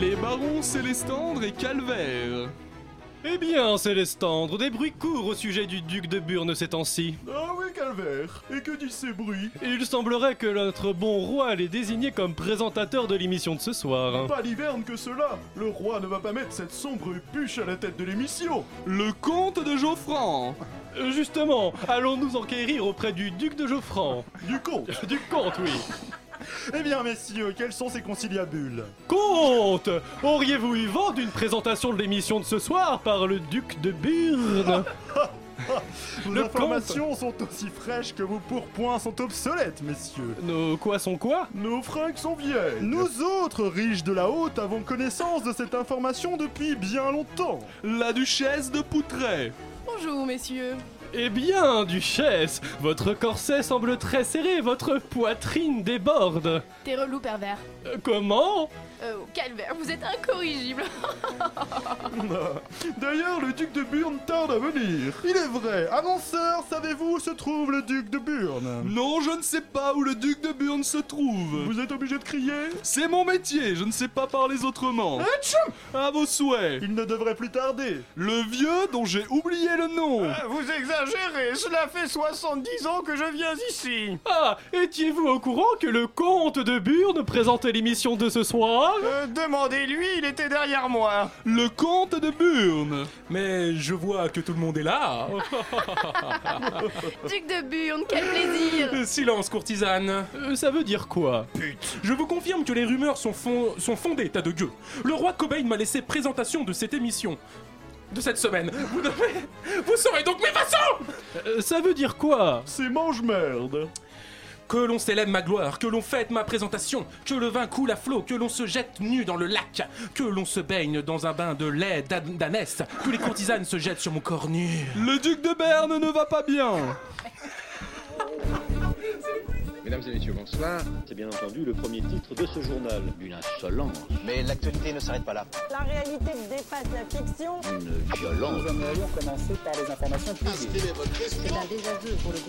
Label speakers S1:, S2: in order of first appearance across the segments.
S1: Les barons Célestandre et Calvaire.
S2: Eh bien, Célestandre, des bruits courent au sujet du duc de Burne ces temps-ci.
S3: Ah oui, Calvaire. Et que disent ces bruits
S2: Il semblerait que notre bon roi l'ait désigné comme présentateur de l'émission de ce soir.
S3: Pas l'hiverne que cela. Le roi ne va pas mettre cette sombre bûche à la tête de l'émission.
S1: Le comte de Geoffran.
S2: Euh, Justement, allons-nous enquérir auprès du duc de Geoffran.
S3: Du compte.
S2: Du comte, oui.
S4: Eh bien, messieurs, quels sont ces conciliabules
S2: Comte Auriez-vous eu vent d'une présentation de l'émission de ce soir par le duc de Burne
S4: Vos
S2: Le
S4: informations sont aussi fraîches que vos pourpoints sont obsolètes, messieurs.
S2: Nos quoi sont quoi
S3: Nos fringues sont vieilles.
S4: Nous autres, riches de la haute, avons connaissance de cette information depuis bien longtemps.
S1: La duchesse de Poutray.
S5: Bonjour messieurs.
S2: Eh bien, duchesse, votre corset semble très serré, votre poitrine déborde.
S5: T'es relou pervers.
S2: Euh, Comment
S5: Euh, calvaire, vous êtes incorrigible.
S4: Ah.
S3: D'ailleurs, le duc de Burne tarde à venir.
S4: Il est vrai, annonceur, savez-vous où se trouve le duc de Burne
S1: Non, je ne sais pas où le duc de Burne se trouve.
S3: Vous êtes obligé de crier
S1: C'est mon métier, je ne sais pas parler autrement. À vos souhaits.
S4: Euh, Il ne devrait plus tarder.
S1: Le vieux dont j'ai oublié le nom.
S4: Ah.
S6: Vous exagérez, cela fait 70 ans que je viens ici.
S2: Ah, étiez-vous au courant que le comte de Burne présentait l'émission de ce soir
S6: Euh, Demandez-lui, il était derrière moi.
S1: Le comte de Burne.
S7: Mais je vois que tout le monde est là.
S5: Duc de Burne, Ah, quel plaisir.
S7: Euh, Silence, courtisane.
S2: Euh, Ça veut dire quoi
S7: Je vous confirme que les rumeurs sont, fon- sont fondées, tas de gueux. Le roi Cobain m'a laissé présentation de cette émission. De cette semaine. Vous, devez- vous serez donc mes vassaux
S2: Euh, Ça veut dire quoi
S3: C'est mange-merde.
S7: Que l'on célèbre ma gloire, que l'on fête ma présentation, que le vin coule à flot, que l'on se jette nu dans le lac, que l'on se baigne dans un bain de lait d'an- d'ânesse, que les courtisanes se jettent sur mon corps nu.
S1: Le duc de Berne ne va pas bien.
S8: Mesdames et messieurs, bonsoir. C'est bien entendu le premier titre de ce journal. Une insolence. Mais l'actualité ne s'arrête pas là.
S9: La réalité dépasse la fiction.
S8: Une violence. Nous aimerions commencer par les informations publiques. C'est un désaveu pour le gouvernement. absolument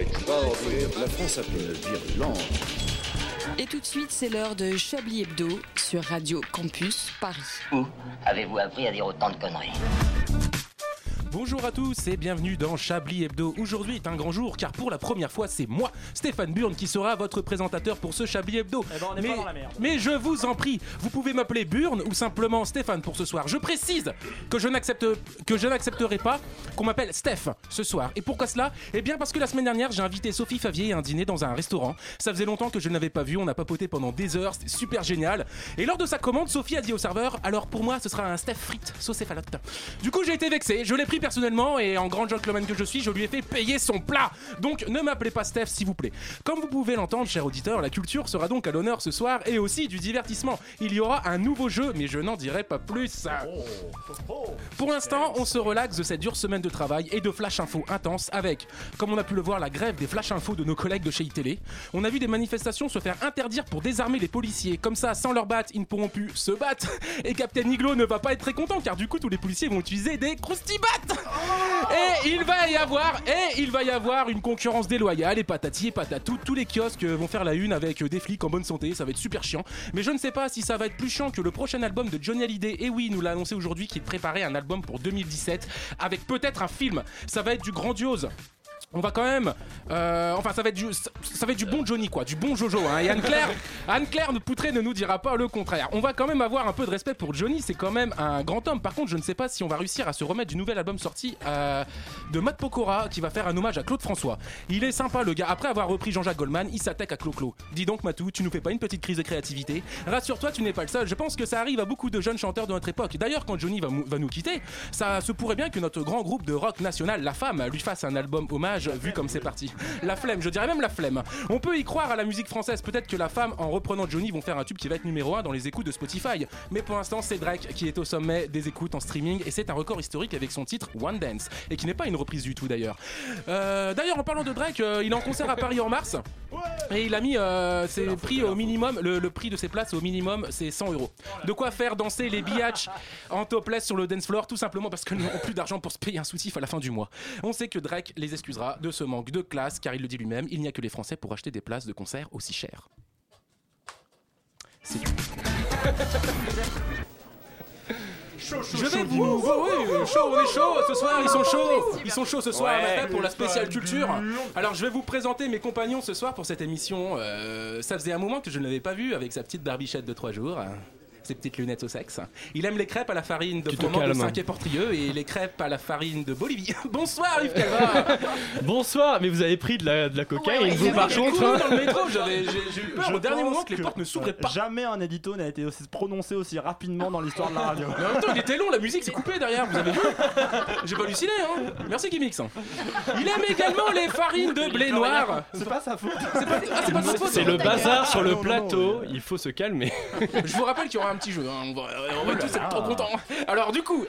S8: extraordinaire. La France a fait une violence.
S10: Et tout de suite, c'est l'heure de Chablis Hebdo sur Radio Campus Paris.
S9: Avez-vous appris à dire autant de conneries
S7: Bonjour à tous et bienvenue dans Chablis Hebdo. Aujourd'hui est un grand jour car pour la première fois c'est moi, Stéphane Burne, qui sera votre présentateur pour ce Chablis Hebdo. mais, mais je vous en prie, vous pouvez m'appeler Burne ou simplement Stéphane pour ce soir. Je précise que je n'accepte que je n'accepterai pas qu'on m'appelle Steph ce soir. Et pourquoi cela Eh bien parce que la semaine dernière j'ai invité Sophie Favier à un dîner dans un restaurant. Ça faisait longtemps que je ne l'avais pas vu, on a papoté pendant des heures, c'était super génial. Et lors de sa commande, Sophie a dit au serveur alors pour moi ce sera un Steph frites sauce céphalote. Du coup, j'ai été vexé, je l'ai pris personnellement et en grand gentleman que je suis, je lui ai fait payer son plat. Donc ne m'appelez pas Steph, s'il vous plaît. Comme vous pouvez l'entendre, cher auditeur, la culture sera donc à l'honneur ce soir et aussi du divertissement. Il y aura un nouveau jeu, mais je n'en dirai pas plus. Pour l'instant, on se relaxe de cette dure semaine de travail et de flash info intense avec, comme on a pu le voir, la grève des flash info de nos collègues de chez iTélé. On a vu des manifestations se faire interdire pour désarmer les policiers. Comme ça, sans leur battre, ils ne pourront plus se battre. Et Captain Iglo ne va pas être très content car du coup, tous les policiers vont utiliser des croustibates. Et il va y avoir, et il va y avoir une concurrence déloyale et patati et patatou. Tous les kiosques vont faire la une avec des flics en bonne santé, ça va être super chiant. Mais je ne sais pas si ça va être plus chiant que le prochain album de Johnny Hallyday. Et oui, il nous l'a annoncé aujourd'hui qu'il préparait un album pour 2017 avec peut-être un film. Ça va être du grandiose. On va quand même, euh, enfin ça va être du, ça, ça va être du bon Johnny quoi, du bon Jojo. Hein. Et Anne Claire, Anne Claire ne poutrait ne nous dira pas le contraire. On va quand même avoir un peu de respect pour Johnny, c'est quand même un grand homme. Par contre, je ne sais pas si on va réussir à se remettre du nouvel album sorti euh, de Matt Pokora qui va faire un hommage à Claude François. Il est sympa le gars. Après avoir repris Jean-Jacques Goldman, il s'attaque à Clo-Clo. Dis donc Matou, tu nous fais pas une petite crise de créativité Rassure-toi, tu n'es pas le seul. Je pense que ça arrive à beaucoup de jeunes chanteurs de notre époque. D'ailleurs, quand Johnny va, mou- va nous quitter, ça se pourrait bien que notre grand groupe de rock national, La Femme, lui fasse un album hommage, vu comme c'est parti. La flemme, je dirais même la flemme. On peut y croire à la musique française, peut-être que La Femme, en reprenant Johnny, vont faire un tube qui va être numéro 1 dans les écoutes de Spotify. Mais pour l'instant, c'est Drake qui est au sommet des écoutes en streaming, et c'est un record historique avec son titre One Dance, et qui n'est pas une reprise du tout d'ailleurs. Euh, d'ailleurs, en parlant de Drake, euh, il est en concert à Paris en mars. Et il a mis euh, ses prix au minimum, le, le prix de ses places au minimum, c'est 100 euros. De quoi faire danser les biatchs en topless sur le dance floor, tout simplement parce que nous n'aurons plus d'argent pour se payer un soutif à la fin du mois. On sait que Drake les excusera de ce manque de classe, car il le dit lui-même, il n'y a que les Français pour acheter des places de concert aussi chères. C'est tout. Je vais vous. Ouais,
S2: Oh
S7: ouais, chaud, on est chaud ce soir, ils sont chauds. Ils sont chauds ce soir
S6: Ouais.
S7: à Matin pour la spéciale culture. Alors je vais vous présenter mes compagnons ce soir pour cette émission. Euh, ça faisait un moment que je ne l'avais pas vu avec sa petite barbichette de 3 jours. hein, Ses petites lunettes au sexe. Il aime les crêpes à la farine de
S2: Tu te
S7: froment de
S2: calmes.
S7: Saint-Quay-Portrieux et les crêpes à la farine de Bolivie. Bonsoir Yves Calva
S2: Bonsoir, mais vous avez pris de la, de la cocaïne,
S5: Ouais, ouais,
S2: vous
S5: il y
S2: par
S5: avait
S2: contre.
S7: Cours
S2: hein.
S7: dans le métro, j'avais- j'ai j'ai eu peur
S4: Je
S7: au dernier
S4: pense
S7: moment que les
S4: que,
S7: portes ne s'ouvraient
S4: euh,
S7: pas.
S4: Jamais un édito n'a été aussi prononcé aussi rapidement dans l'histoire de la radio.
S7: Mais en même temps, il était long, la musique s'est coupée derrière, vous avez vu J'ai pas halluciné, hein Merci Kimix. Il aime également les farines de blé noir.
S4: C'est pas sa faute.
S7: C'est pas, ah, c'est pas de votre faute.
S2: C'est le bazar sur
S4: non,
S2: le
S4: non,
S2: plateau, il faut se calmer.
S7: Je vous rappelle qu'il y aura un petit jeu, hein. on va, on va tous être trop contents. Alors du coup,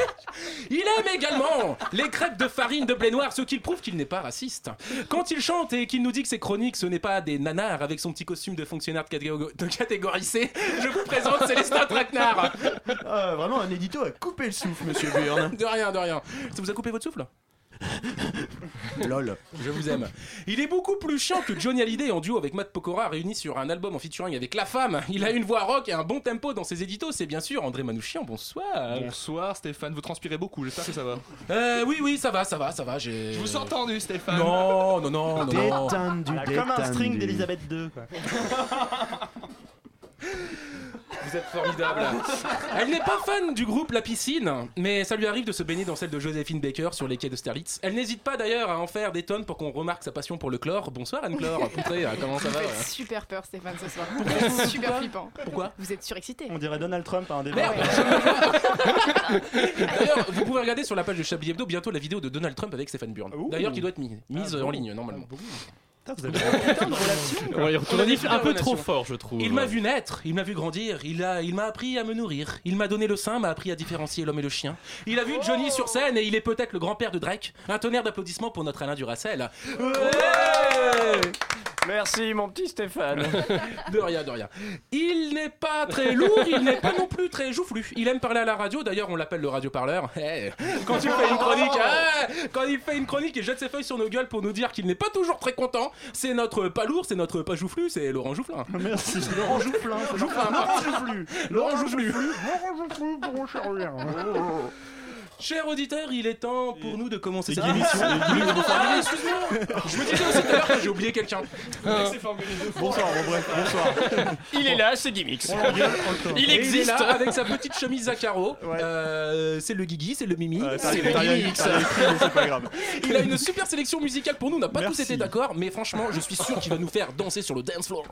S7: il aime également les crêpes de farine de blé noir, ce qui prouve qu'il n'est pas raciste. Quand il chante et qu'il nous dit que ses chroniques, ce n'est pas des nanars avec son petit costume de fonctionnaire de, catégo- de catégorie C, je vous présente Célestin Traquenard.
S3: Ah, vraiment, un édito a coupé le souffle, monsieur Byrne.
S7: De rien, de rien. Ça vous a coupé votre souffle
S3: Lol.
S7: Je vous aime. Il est beaucoup plus chiant que Johnny Hallyday en duo avec Matt Pokora réuni sur un album en featuring avec La Femme. Il a une voix rock et un bon tempo dans ses éditos. C'est bien sûr André Manouchian. Bonsoir.
S1: Bonsoir Stéphane, vous transpirez beaucoup, j'espère que ça va.
S7: Euh, oui, oui, ça va, ça va, ça va. J'ai.
S1: Je vous ai entendu Stéphane.
S7: Non, non,
S2: Oh,
S7: non, non. non.
S4: Détendu, Comme un string d'Elisabeth II. Quoi.
S7: Vous êtes formidable. Elle n'est pas fan du groupe La Piscine, mais ça lui arrive de se baigner dans celle de Joséphine Baker sur les quais d'Austerlitz. Elle n'hésite pas d'ailleurs à en faire des tonnes pour qu'on remarque sa passion pour le chlore. Bonsoir Anne Chlore. Poutré, comment ça va
S5: Vous faites super peur, Stéphane, ce soir. C'est super flippant.
S7: Pourquoi
S5: Vous êtes surexcité.
S4: On dirait Donald Trump à un débat.
S7: Merde D'ailleurs, vous pouvez regarder sur la page de Chablis Hebdo bientôt la vidéo de Donald Trump avec Stéphane Burn.
S4: Ouh. Ah
S7: D'ailleurs, qui doit être mis- mise en ligne normalement.
S4: Putain, vous avez putain de relation.
S2: Ouais, il retourne
S7: On a des
S2: un peu
S7: relations.
S2: trop fort, je trouve.
S7: Il m'a vu naître, il m'a vu grandir, il a, il m'a appris à me nourrir, il m'a donné le sein, m'a appris à différencier l'homme et le chien. Il a vu
S4: Oh.
S7: Johnny sur scène et il est peut-être le grand-père de Drake. Un tonnerre d'applaudissements pour notre Alain Duracell.
S6: Merci, mon petit Stéphane.
S7: De rien, de rien. Il n'est pas très lourd, il n'est pas non plus très joufflu. Il aime parler à la radio, d'ailleurs on l'appelle le radioparleur. Eh, quand il fait une
S6: Oh.
S7: chronique, eh, quand il fait une chronique et jette ses feuilles sur nos gueules pour nous dire qu'il n'est pas toujours très content, c'est notre pas lourd, c'est notre pas joufflu, c'est Laurent Joufflin.
S4: Merci. Laurent Joufflin.
S7: Joufflin, moi. Laurent Joufflu. Cher auditeur, il est temps pour nous de commencer cette émission. Ah, excuse-moi Je me disais aussi tout à l'heure que j'ai oublié quelqu'un.
S4: Bonsoir, bon, bref, bonsoir.
S6: Il est là, c'est Gimmicks.
S4: On l'engueule encore.
S6: Il
S7: Et est
S6: existe.
S7: là avec sa petite chemise à carreaux. Euh, c'est le Guigui, c'est le Mimi.
S4: Euh,
S7: c'est
S4: t'arrives,
S7: le
S4: t'arrives,
S7: Guigui.
S4: t'arrives, mais C'est pas grave.
S7: Il a une super sélection musicale pour nous, on n'a pas tous
S4: Merci.
S7: été d'accord, mais franchement, je suis sûr qu'il va nous faire danser sur le dance floor.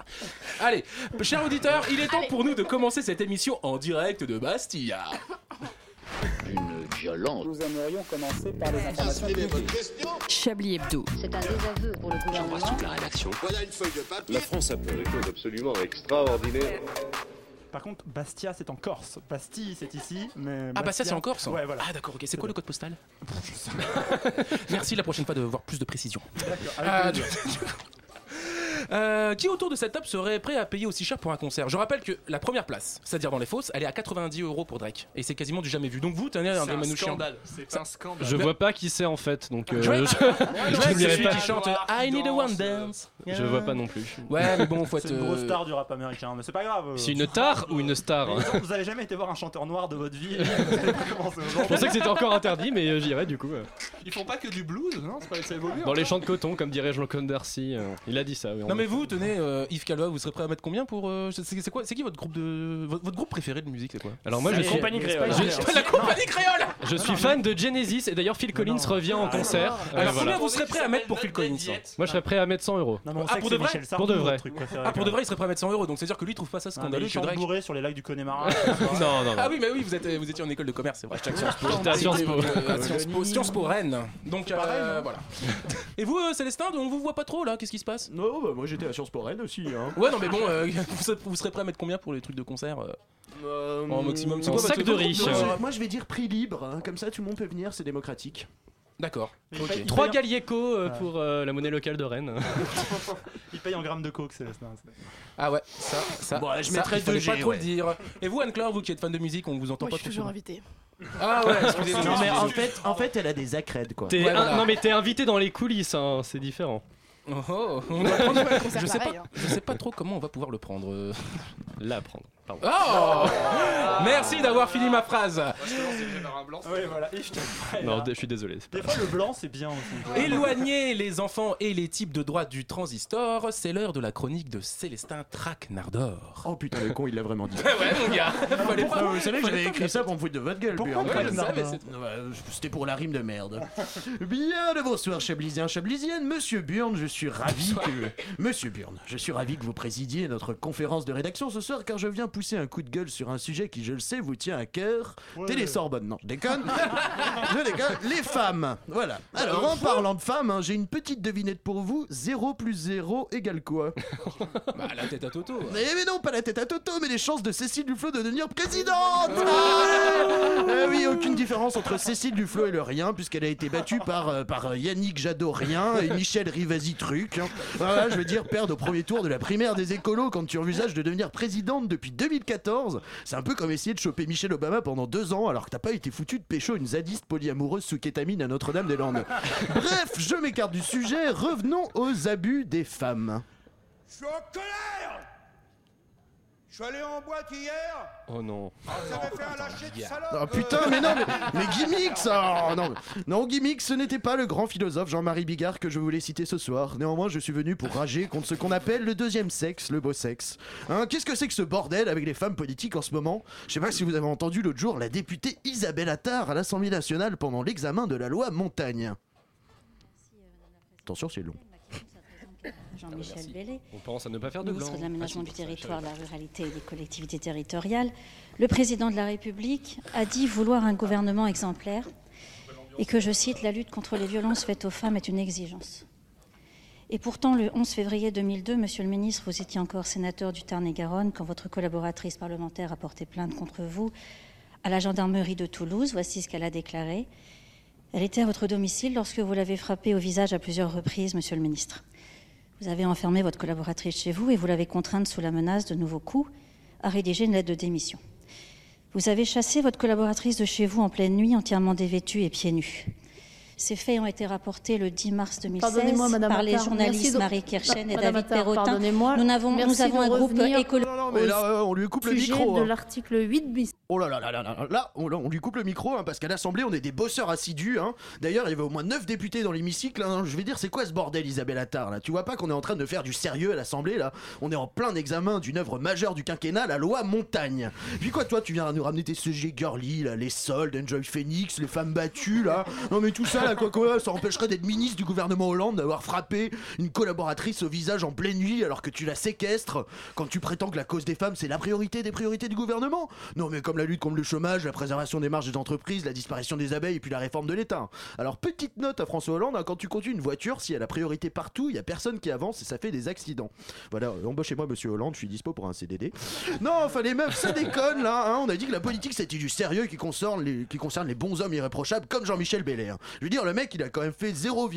S7: Allez, cher auditeur, il est temps
S5: Allez.
S7: pour nous de commencer cette émission en direct de Bastille.
S8: D'une violence.
S9: Nous aimerions commencer par les informations
S10: Chablis Hebdo.
S9: C'est un désaveu pour le gouvernement.
S8: La France a fait des choses absolument extraordinaires.
S4: Par contre, Bastia, c'est en Corse. Bastille, c'est ici, mais.
S7: Ah, Bastia, c'est en Corse
S4: Ouais, voilà.
S7: Ah, d'accord, ok. C'est quoi le code postal Merci, la prochaine fois, de voir plus de précision. Ah, Euh, qui autour de cette table serait prêt à payer aussi cher pour un concert Je rappelle que la première place, c'est-à-dire dans les fosses, elle est à 90 euros pour Drake. Et c'est quasiment du jamais vu. Donc vous, tenez un
S1: C'est
S7: des
S1: un
S7: Manouchian.
S1: scandale. C'est un scandale.
S2: Je vois pas qui c'est en fait, donc euh,
S7: Ouais.
S2: je,
S7: Ouais,
S2: Je
S7: c'est
S2: l'oublierai
S7: celui
S2: pas.
S7: qui chante I need a one dance.
S2: je vois pas non plus.
S7: Ouais, mais bon, faut être.
S4: C'est une grosse
S7: euh,
S4: star du rap américain, mais c'est pas
S11: euh.
S4: grave.
S2: C'est une tare ou une star
S4: Mais disons que Vous avez jamais été voir un chanteur noir de votre vie. Vous savez pas comment c'est
S2: Je
S4: aujourd'hui.
S2: pensais que c'était encore interdit, mais euh, j'irai du coup. euh.
S1: Ils font pas que du blues, non C'est pas ça évolue. hein.
S2: Dans les champs de coton, comme dirait Jean-Claude Darcy. euh, il a dit ça. oui, en
S7: Non mais vous, tenez, euh, Yves Calva, vous serez prêt à mettre combien pour... euh, c'est c'est quoi C'est qui votre groupe de... Votre, votre groupe préféré de musique, c'est quoi
S2: Alors moi je
S6: La
S2: suis,
S6: compagnie créole.
S2: je,
S7: La compagnie créole
S2: je suis fan de Genesis et d'ailleurs Phil Collins revient en concert. Euh,
S7: Ah, Alors
S2: voilà.
S7: combien vous serez prêt à mettre pour Phil Collins hein
S2: Moi je serais prêt à mettre 100 euros.
S4: Non, mais on
S7: Ah,
S4: sait que
S7: pour de
S4: c'est
S7: vrai
S4: Michel Sardou,
S2: Pour de vrai.
S4: votre truc préféré.
S7: Ah pour de vrai il serait prêt à mettre 100 euros donc c'est à dire que lui il trouve pas ça
S4: Ah, mais
S7: scandaleux
S4: il
S7: que
S4: chante
S7: Drake.
S4: bourré sur les lacs du Connemara.
S2: Non, non, non.
S7: Ah oui mais oui vous, êtes, euh, vous étiez en école de commerce c'est vrai.
S2: J'étais à Sciences Po.
S7: Euh, à Sciences Po, Sciences Po Rennes. Donc euh, voilà. Et vous euh, Célestin on vous voit pas trop là qu'est-ce qui se passe
S3: Non, bah moi j'étais à Sciences Po Rennes aussi. Hein.
S7: Ouais non mais bon euh, vous, serez, vous serez prêt à mettre combien pour les trucs de concert euh,
S3: Euh,
S7: en maximum
S2: En
S7: quoi,
S2: sac
S7: votre-
S2: de riz.
S3: Moi,
S7: Euh,
S3: je- moi je vais dire prix libre, hein. comme ça tout le monde peut venir, c'est démocratique.
S7: D'accord.
S4: Il
S7: Ok.
S4: paye- il
S2: Trois
S4: paye
S2: Galieco euh, pour euh, la monnaie locale de Rennes.
S4: en- Il paye en grammes de coke, Célestin.
S7: Ah ouais ça ça.
S6: Bon, je
S7: ça,
S6: mettrais
S7: il fallait
S6: 2G,
S7: pas trop
S6: ouais.
S7: le dire. Et vous Anne Claire vous qui êtes fan de musique on vous entend
S5: Moi, je
S7: pas
S5: suis
S7: trop
S5: toujours
S7: souvent.
S5: invitée.
S7: Ah ouais excusez-moi.
S6: Non, mais en fait, en fait, elle a des accrèdes, quoi.
S2: T'es
S7: Ouais,
S2: un-
S7: voilà.
S2: Non mais t'es invité dans les coulisses, hein, c'est différent.
S7: Oh, oh, on doit le prendre. je, sais pas,
S5: pareil, hein.
S7: je sais pas trop comment on va pouvoir le prendre. euh.
S2: La prendre. Pardon.
S7: Oh
S4: Ah.
S7: Merci d'avoir fini ma phrase.
S6: Oui, voilà. Et je te
S11: hein.
S6: ferai,
S2: Non,
S6: là.
S2: je suis désolé. c'est pas-
S6: Des fois, le blanc, c'est bien aussi.
S7: Éloignez les enfants et les types de droit du transistor, c'est l'heure de la chronique de Célestin Traquenardor.
S3: Oh putain, le con, il l'a vraiment dit.
S7: ouais, mon gars Fallait pas-
S12: vous savez,
S7: fallait
S12: j'avais
S7: pas-
S12: écrit ça pour me foutre de votre gueule.
S7: Pourquoi
S12: Burn.
S7: on le savait,
S12: Bernardin. Euh, C'était pour la rime de merde. Bien le bonsoir, Chablisiens, Chablisiennes. Monsieur Burn, je suis ravi que. Monsieur Burn, je suis ravi que vous présidiez notre conférence de rédaction ce soir car je viens pousser un coup de gueule sur un sujet qui, je le sais, vous tient à cœur. Télé Sorbonne, non, je déconne. je déconne. Les femmes. Voilà. Alors, en parlant de femmes, hein, j'ai une petite devinette pour vous. 0 plus 0 égale quoi
S7: Bah, la tête à Toto.
S12: mais, mais non, pas la tête à Toto, mais les chances de Cécile Duflo de devenir présidente ah Euh, Oui, aucune différence entre Cécile Duflo et le rien, puisqu'elle a été battue par, euh, par euh, Yannick Jadot rien et Michel Rivasi truc. hein. Voilà, je veux dire, perdre au premier tour de la primaire des écolos quand tu envisages de devenir présidente depuis 2014, c'est un peu comme essayer de choper Michel Obama pendant deux ans alors que t'as pas été foutu de pécho une zadiste polyamoureuse sous kétamine à Notre-Dame-des-Landes. Bref, je m'écarte du sujet, revenons aux abus des femmes.
S8: Je suis en colère Je suis allé en boîte hier,
S2: Oh non.
S8: ça m'a fait un lâcher de salope
S12: Ah putain, mais non, mais, mais gimmick ça Oh, non, non, gimmick, ce n'était pas le grand philosophe Jean-Marie Bigard que je voulais citer ce soir. Néanmoins, je suis venu pour rager contre ce qu'on appelle le deuxième sexe, le beau sexe. Hein, Qu'est-ce que c'est que ce bordel avec les femmes politiques en ce moment Je sais pas si vous avez entendu l'autre jour la députée Isabelle Attard à l'Assemblée nationale pendant l'examen de la loi Montagne. Attention, c'est long.
S9: Jean-Michel Bellé,
S2: On pense à ne pas faire de blanc.
S9: ministre de l'aménagement
S2: Ah,
S9: du
S2: si, ça,
S9: territoire, de la ruralité et des collectivités territoriales, le président de la République a dit vouloir un gouvernement exemplaire et que, je cite, la lutte contre les violences faites aux femmes est une exigence. Et pourtant, le 11 février 2002, Monsieur le ministre, vous étiez encore sénateur du Tarn-et-Garonne quand votre collaboratrice parlementaire a porté plainte contre vous à la gendarmerie de Toulouse. Voici ce qu'elle a déclaré. Elle était à votre domicile lorsque vous l'avez frappée au visage à plusieurs reprises, Monsieur le ministre. Vous avez enfermé votre collaboratrice chez vous et vous l'avez contrainte sous la menace de nouveaux coups à rédiger une lettre de démission. Vous avez chassé votre collaboratrice de chez vous en pleine nuit, entièrement dévêtue et pieds nus. Ces faits ont été rapportés le 10 mars 2016
S11: Pardonnez-moi, Madame
S9: par les
S11: Attard. Merci
S9: journalistes
S11: de-
S9: Marie Kirchen et
S11: Madame
S9: David
S11: Attard,
S9: Perrotin.
S11: pardonnez-moi.
S9: Nous avons,
S11: Merci
S9: nous avons
S11: de
S9: un groupe
S11: revenir
S9: écologique.
S12: Non, mais là, euh, on lui coupe le
S11: sujet
S12: micro.
S11: de
S12: hein.
S11: l'article 8 bis.
S12: Oh là là là là là, là, on, là, on lui coupe le micro hein, parce qu'à l'Assemblée on est des bosseurs assidus. Hein. D'ailleurs il y avait au moins 9 députés dans l'hémicycle. hein. Je vais dire c'est quoi ce bordel Isabelle Attard là Tu vois pas qu'on est en train de faire du sérieux à l'Assemblée là On est en plein examen d'une œuvre majeure du quinquennat, la loi Montagne. Puis quoi toi tu viens à nous ramener tes sujets girly là, les soldes, Enjoy Phoenix, les femmes battues là Non mais tout ça là quoi quoi, ça empêcherait d'être ministre du gouvernement Hollande d'avoir frappé une collaboratrice au visage en pleine nuit alors que tu la séquestres quand tu prétends que la cause des femmes c'est la priorité des priorités du gouvernement Non mais comme la lutte contre le chômage, la préservation des marges des entreprises, la disparition des abeilles et puis la réforme de l'État. Alors petite note à François Hollande, hein, quand tu conduis une voiture, si elle a priorité partout, il y a personne qui avance et ça fait des accidents. Voilà, euh, embauchez-moi monsieur Hollande, je suis dispo pour un CDD. Non, enfin les meufs, ça déconne là, hein. on a dit que la politique c'était du sérieux qui concerne les, qui concerne les bons hommes irréprochables comme Jean-Michel Belair. Je veux dire, le mec il a quand même fait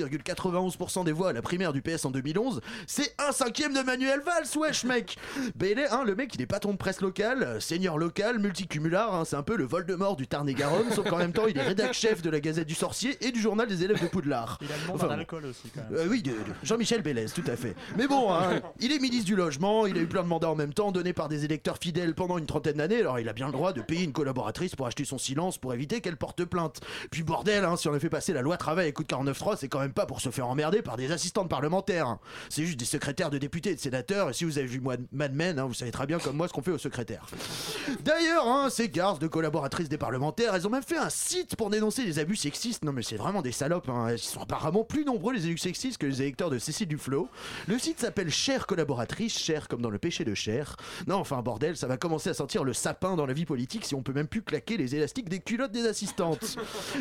S12: 0,91% des voix à la primaire du PS en 2011, c'est un cinquième de Manuel Valls, wesh mec Belair, hein, le mec il est patron de presse locale, euh, seigneur local, multicumulard, hein, c'est un peu le Voldemort du Tarn-et-Garonne, sauf qu'en même temps il est rédac-chef de la Gazette du Sorcier et du journal des élèves de Poudlard.
S6: Il a le monde
S12: Enfin,
S6: en alcool aussi, quand même.
S12: Euh, oui, de- de- Jean-Michel Bélez, tout à fait. Mais bon, hein, il est ministre du Logement, il a eu plein de mandats en même temps, donnés par des électeurs fidèles pendant une trentaine d'années, alors il a bien le droit de payer une collaboratrice pour acheter son silence pour éviter qu'elle porte plainte. Puis bordel, hein, si on a fait passer la loi travail à coup de 49.3, c'est quand même pas pour se faire emmerder par des assistantes parlementaires. hein. C'est juste des secrétaires de députés et de sénateurs, et si vous avez vu Mad Mad Men, hein, vous savez très bien comme moi ce qu'on fait aux secrétaires. D'ailleurs, hein, ces garces de collaboratrices des parlementaires, elles ont même fait un site pour dénoncer les abus sexistes. Non mais c'est vraiment des salopes, hein. ils sont apparemment plus nombreux les élus sexistes que les électeurs de Cécile Duflo. Le site s'appelle Chère collaboratrice, chère comme dans le péché de chair. Non enfin bordel, ça va commencer à sentir le sapin dans la vie politique si on peut même plus claquer les élastiques des culottes des assistantes.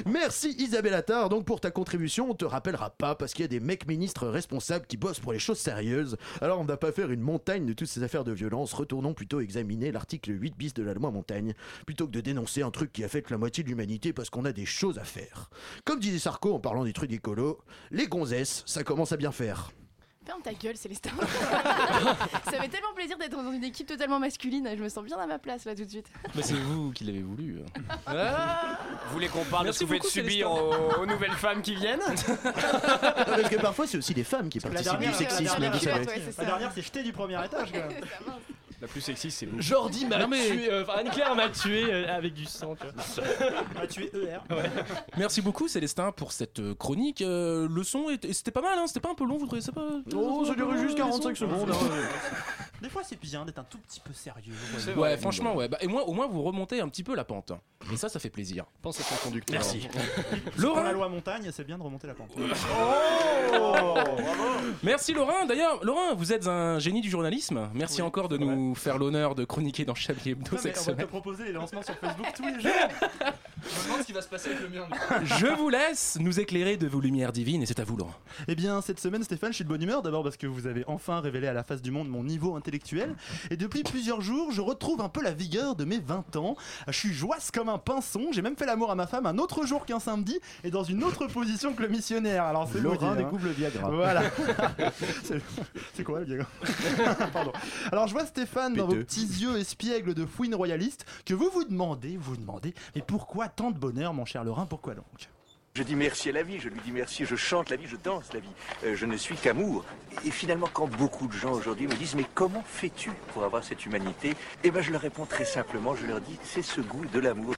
S12: Merci Isabelle Attard donc pour ta contribution, on te rappellera pas parce qu'il y a des mecs ministres responsables qui bossent pour les choses sérieuses. Alors on ne va pas faire une montagne de toutes ces affaires de violence, retournons plutôt examiner l'article 8 bis de la loi Montagne, plutôt que de dénoncer un truc qui affecte la moitié de l'humanité parce qu'on a des choses à faire. Comme disait Sarko en parlant des trucs écolos, les gonzesses, ça commence à bien faire.
S5: Ferme ta gueule, Célestin. ça fait tellement plaisir d'être dans une équipe totalement masculine. Je me sens bien à ma place là tout de suite.
S7: Bah,
S1: Mais c'est vous qui l'avez voulu.
S2: hein.
S6: Vous voulez qu'on parle
S1: Merci
S6: de ce que vous faites
S1: beaucoup,
S6: subir
S1: Célestin.
S2: Oh,
S6: aux, aux nouvelles femmes qui viennent
S12: Parce que parfois, c'est aussi des femmes qui participent du sexisme. vous savez.
S11: La dernière, c'est jeté du premier étage, quand même.
S6: La plus sexy, c'est vous.
S2: Jordi m'a
S7: Non, mais-
S2: tué, euh, enfin, Anne-Claire m'a tué euh, avec du sang, tu vois.
S11: On va tuer ER.
S7: Merci beaucoup Célestin pour cette euh, chronique. Euh, le son, était- c'était pas mal, hein, c'était pas un peu long, vous trouvez ça pas
S12: Oh, ça durait juste 45 secondes.
S7: hein.
S11: hein. Des fois, c'est bien d'être un tout petit peu sérieux.
S7: Ouais, franchement, ouais. Bah, et moi, au moins, vous remontez un petit peu la pente. Et ça, ça fait plaisir.
S1: Pense à ton conducteur.
S7: Merci.
S11: Laurent. La
S7: Laurent,
S11: loi montagne, c'est bien de remonter la
S1: Oh
S11: pente. Oh
S7: merci Laurent. D'ailleurs, Laurent, vous êtes un génie du journalisme. Merci encore de nous faire l'honneur de chroniquer dans Chablis Hebdo
S11: Non, mais
S7: cette
S11: on va te
S7: semaine.
S11: proposer les lancements sur Facebook tous les jours.
S1: Je me demande ce qui va se passer avec le mien.
S7: Je vous laisse nous éclairer de vos lumières divines et c'est à vous, Laurent.
S11: Eh bien, cette semaine, Stéphane, je suis de bonne humeur. D'abord parce que vous avez enfin révélé à la face du monde mon niveau intellectuel. Et depuis plusieurs jours, je retrouve un peu la vigueur de mes 20 ans. Je suis joisse comme un pinson. J'ai même fait l'amour à ma femme un autre jour qu'un samedi et dans une autre position que le missionnaire. Alors, c'est
S12: Laurent
S11: vous dire, hein.
S12: découvre le Viagra.
S11: Voilà. c'est c'est quoi le Viagra Pardon. Alors, je vois Stéphane dans vos
S12: Péteux.
S11: petits yeux espiègles de fouine royaliste que vous vous demandez, vous vous demandez, mais pourquoi tant de bonheur, mon cher Lorrain Pourquoi donc
S13: Je dis merci à la vie, je lui dis merci, je chante la vie, je danse la vie. Euh, je ne suis qu'amour. Et finalement, quand beaucoup de gens aujourd'hui me disent Mais comment fais-tu pour avoir cette humanité Eh bien, je leur réponds très simplement je leur dis C'est ce goût de l'amour.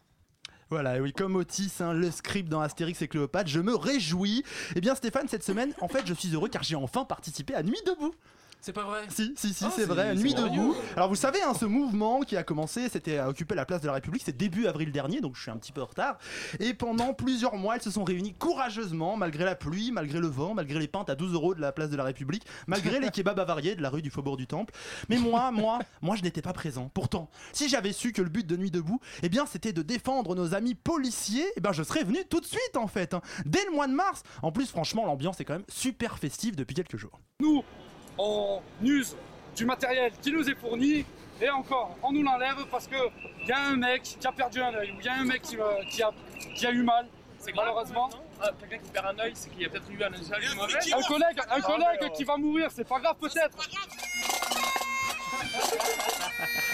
S11: Voilà, et oui, comme Otis, hein, le script dans Astérix et Cléopâtre, je me réjouis. Eh bien, Stéphane, cette semaine, en fait, je suis heureux car j'ai enfin participé à Nuit debout.
S7: C'est pas vrai
S11: Si, si, si,
S7: Ah,
S11: c'est
S7: c'est-
S11: vrai,
S7: c'est
S11: Nuit
S7: merveilleux.
S11: debout. Alors, vous savez, hein, ce mouvement qui a commencé, c'était à occuper la place de la République, c'est début avril dernier, donc je suis un petit peu en retard. Et pendant plusieurs mois, elles se sont réunies courageusement, malgré la pluie, malgré le vent, malgré les pintes à 12 euros de la place de la République, malgré les kebabs avariés de la rue du Faubourg du Temple. Mais moi, moi, moi, je n'étais pas présent. Pourtant, si j'avais su que le but de Nuit debout, eh bien, c'était de défendre nos amis policiers, eh ben, je serais venu tout de suite, en fait, hein, dès le mois de mars. En plus, franchement, l'ambiance est quand même super festive depuis quelques jours.
S14: nous, on use du matériel qui nous est fourni. Et encore, on nous l'enlève parce qu'il y a un mec qui a perdu un œil ou il y a un mec qui, euh, qui a, qui a eu mal. malheureusement. Ah, Quelqu'un qui perd un œil, c'est qu'il y a peut-être eu un œil
S15: mauvais.
S14: Un collègue,
S12: Ah,
S14: un
S15: Non,
S14: collègue
S15: mais, euh,
S14: qui va mourir, c'est pas grave peut-être.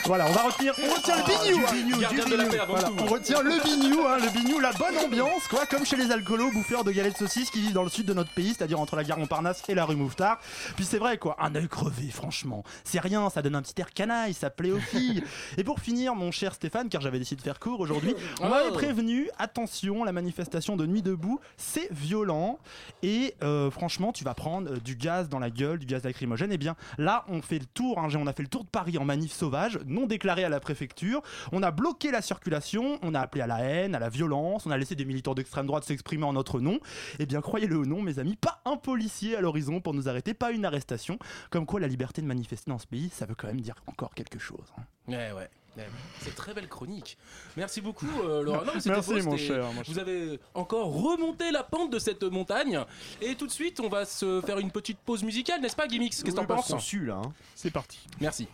S11: Voilà, on va retenir, on retient
S14: Ah,
S11: le bignou,
S14: du
S11: hein.
S14: bignou, du Gardien de la bignou. paix avant
S11: Voilà,
S14: tout.
S11: on retient le bignou, hein, le bignou, la bonne ambiance, quoi, comme chez les alcoolos bouffeurs de galettes saucisses qui vivent dans le sud de notre pays, c'est-à-dire entre la gare Montparnasse et la rue Mouffetard. Puis c'est vrai, quoi, un œil crevé, franchement, c'est rien, ça donne un petit air canaille, ça plaît aux filles. et pour finir, mon cher Stéphane, car j'avais décidé de faire court aujourd'hui, on m'avait
S2: Oh.
S11: prévenu, attention, la manifestation de Nuit debout, c'est violent et euh, franchement, tu vas prendre euh, du gaz dans la gueule, du gaz lacrymogène. Et bien là, on fait le tour, hein, on a fait le tour de Paris en manif sauvage, non déclarée à la préfecture. On a bloqué la circulation, on a appelé à la haine, à la violence, on a laissé des militants d'extrême droite s'exprimer en notre nom. Et bien croyez-le ou non, mes amis, pas un policier à l'horizon pour nous arrêter, pas une arrestation. Comme quoi, la liberté de manifester dans ce pays, ça veut quand même dire encore quelque chose. hein.
S7: Eh Ouais, ouais. Ouais, ouais. C'est très belle chronique. Merci beaucoup, euh, Laurent. Non, mais c'était
S11: Merci,
S7: beau,
S11: mon
S7: c'était-
S11: cher, mon
S7: Vous avez encore remonté la pente de cette montagne. Et tout de suite, on va se faire une petite pause musicale, n'est-ce pas, Gimmicks Qu'est-ce que t'en penses hein
S12: là.
S11: C'est parti.
S7: Merci.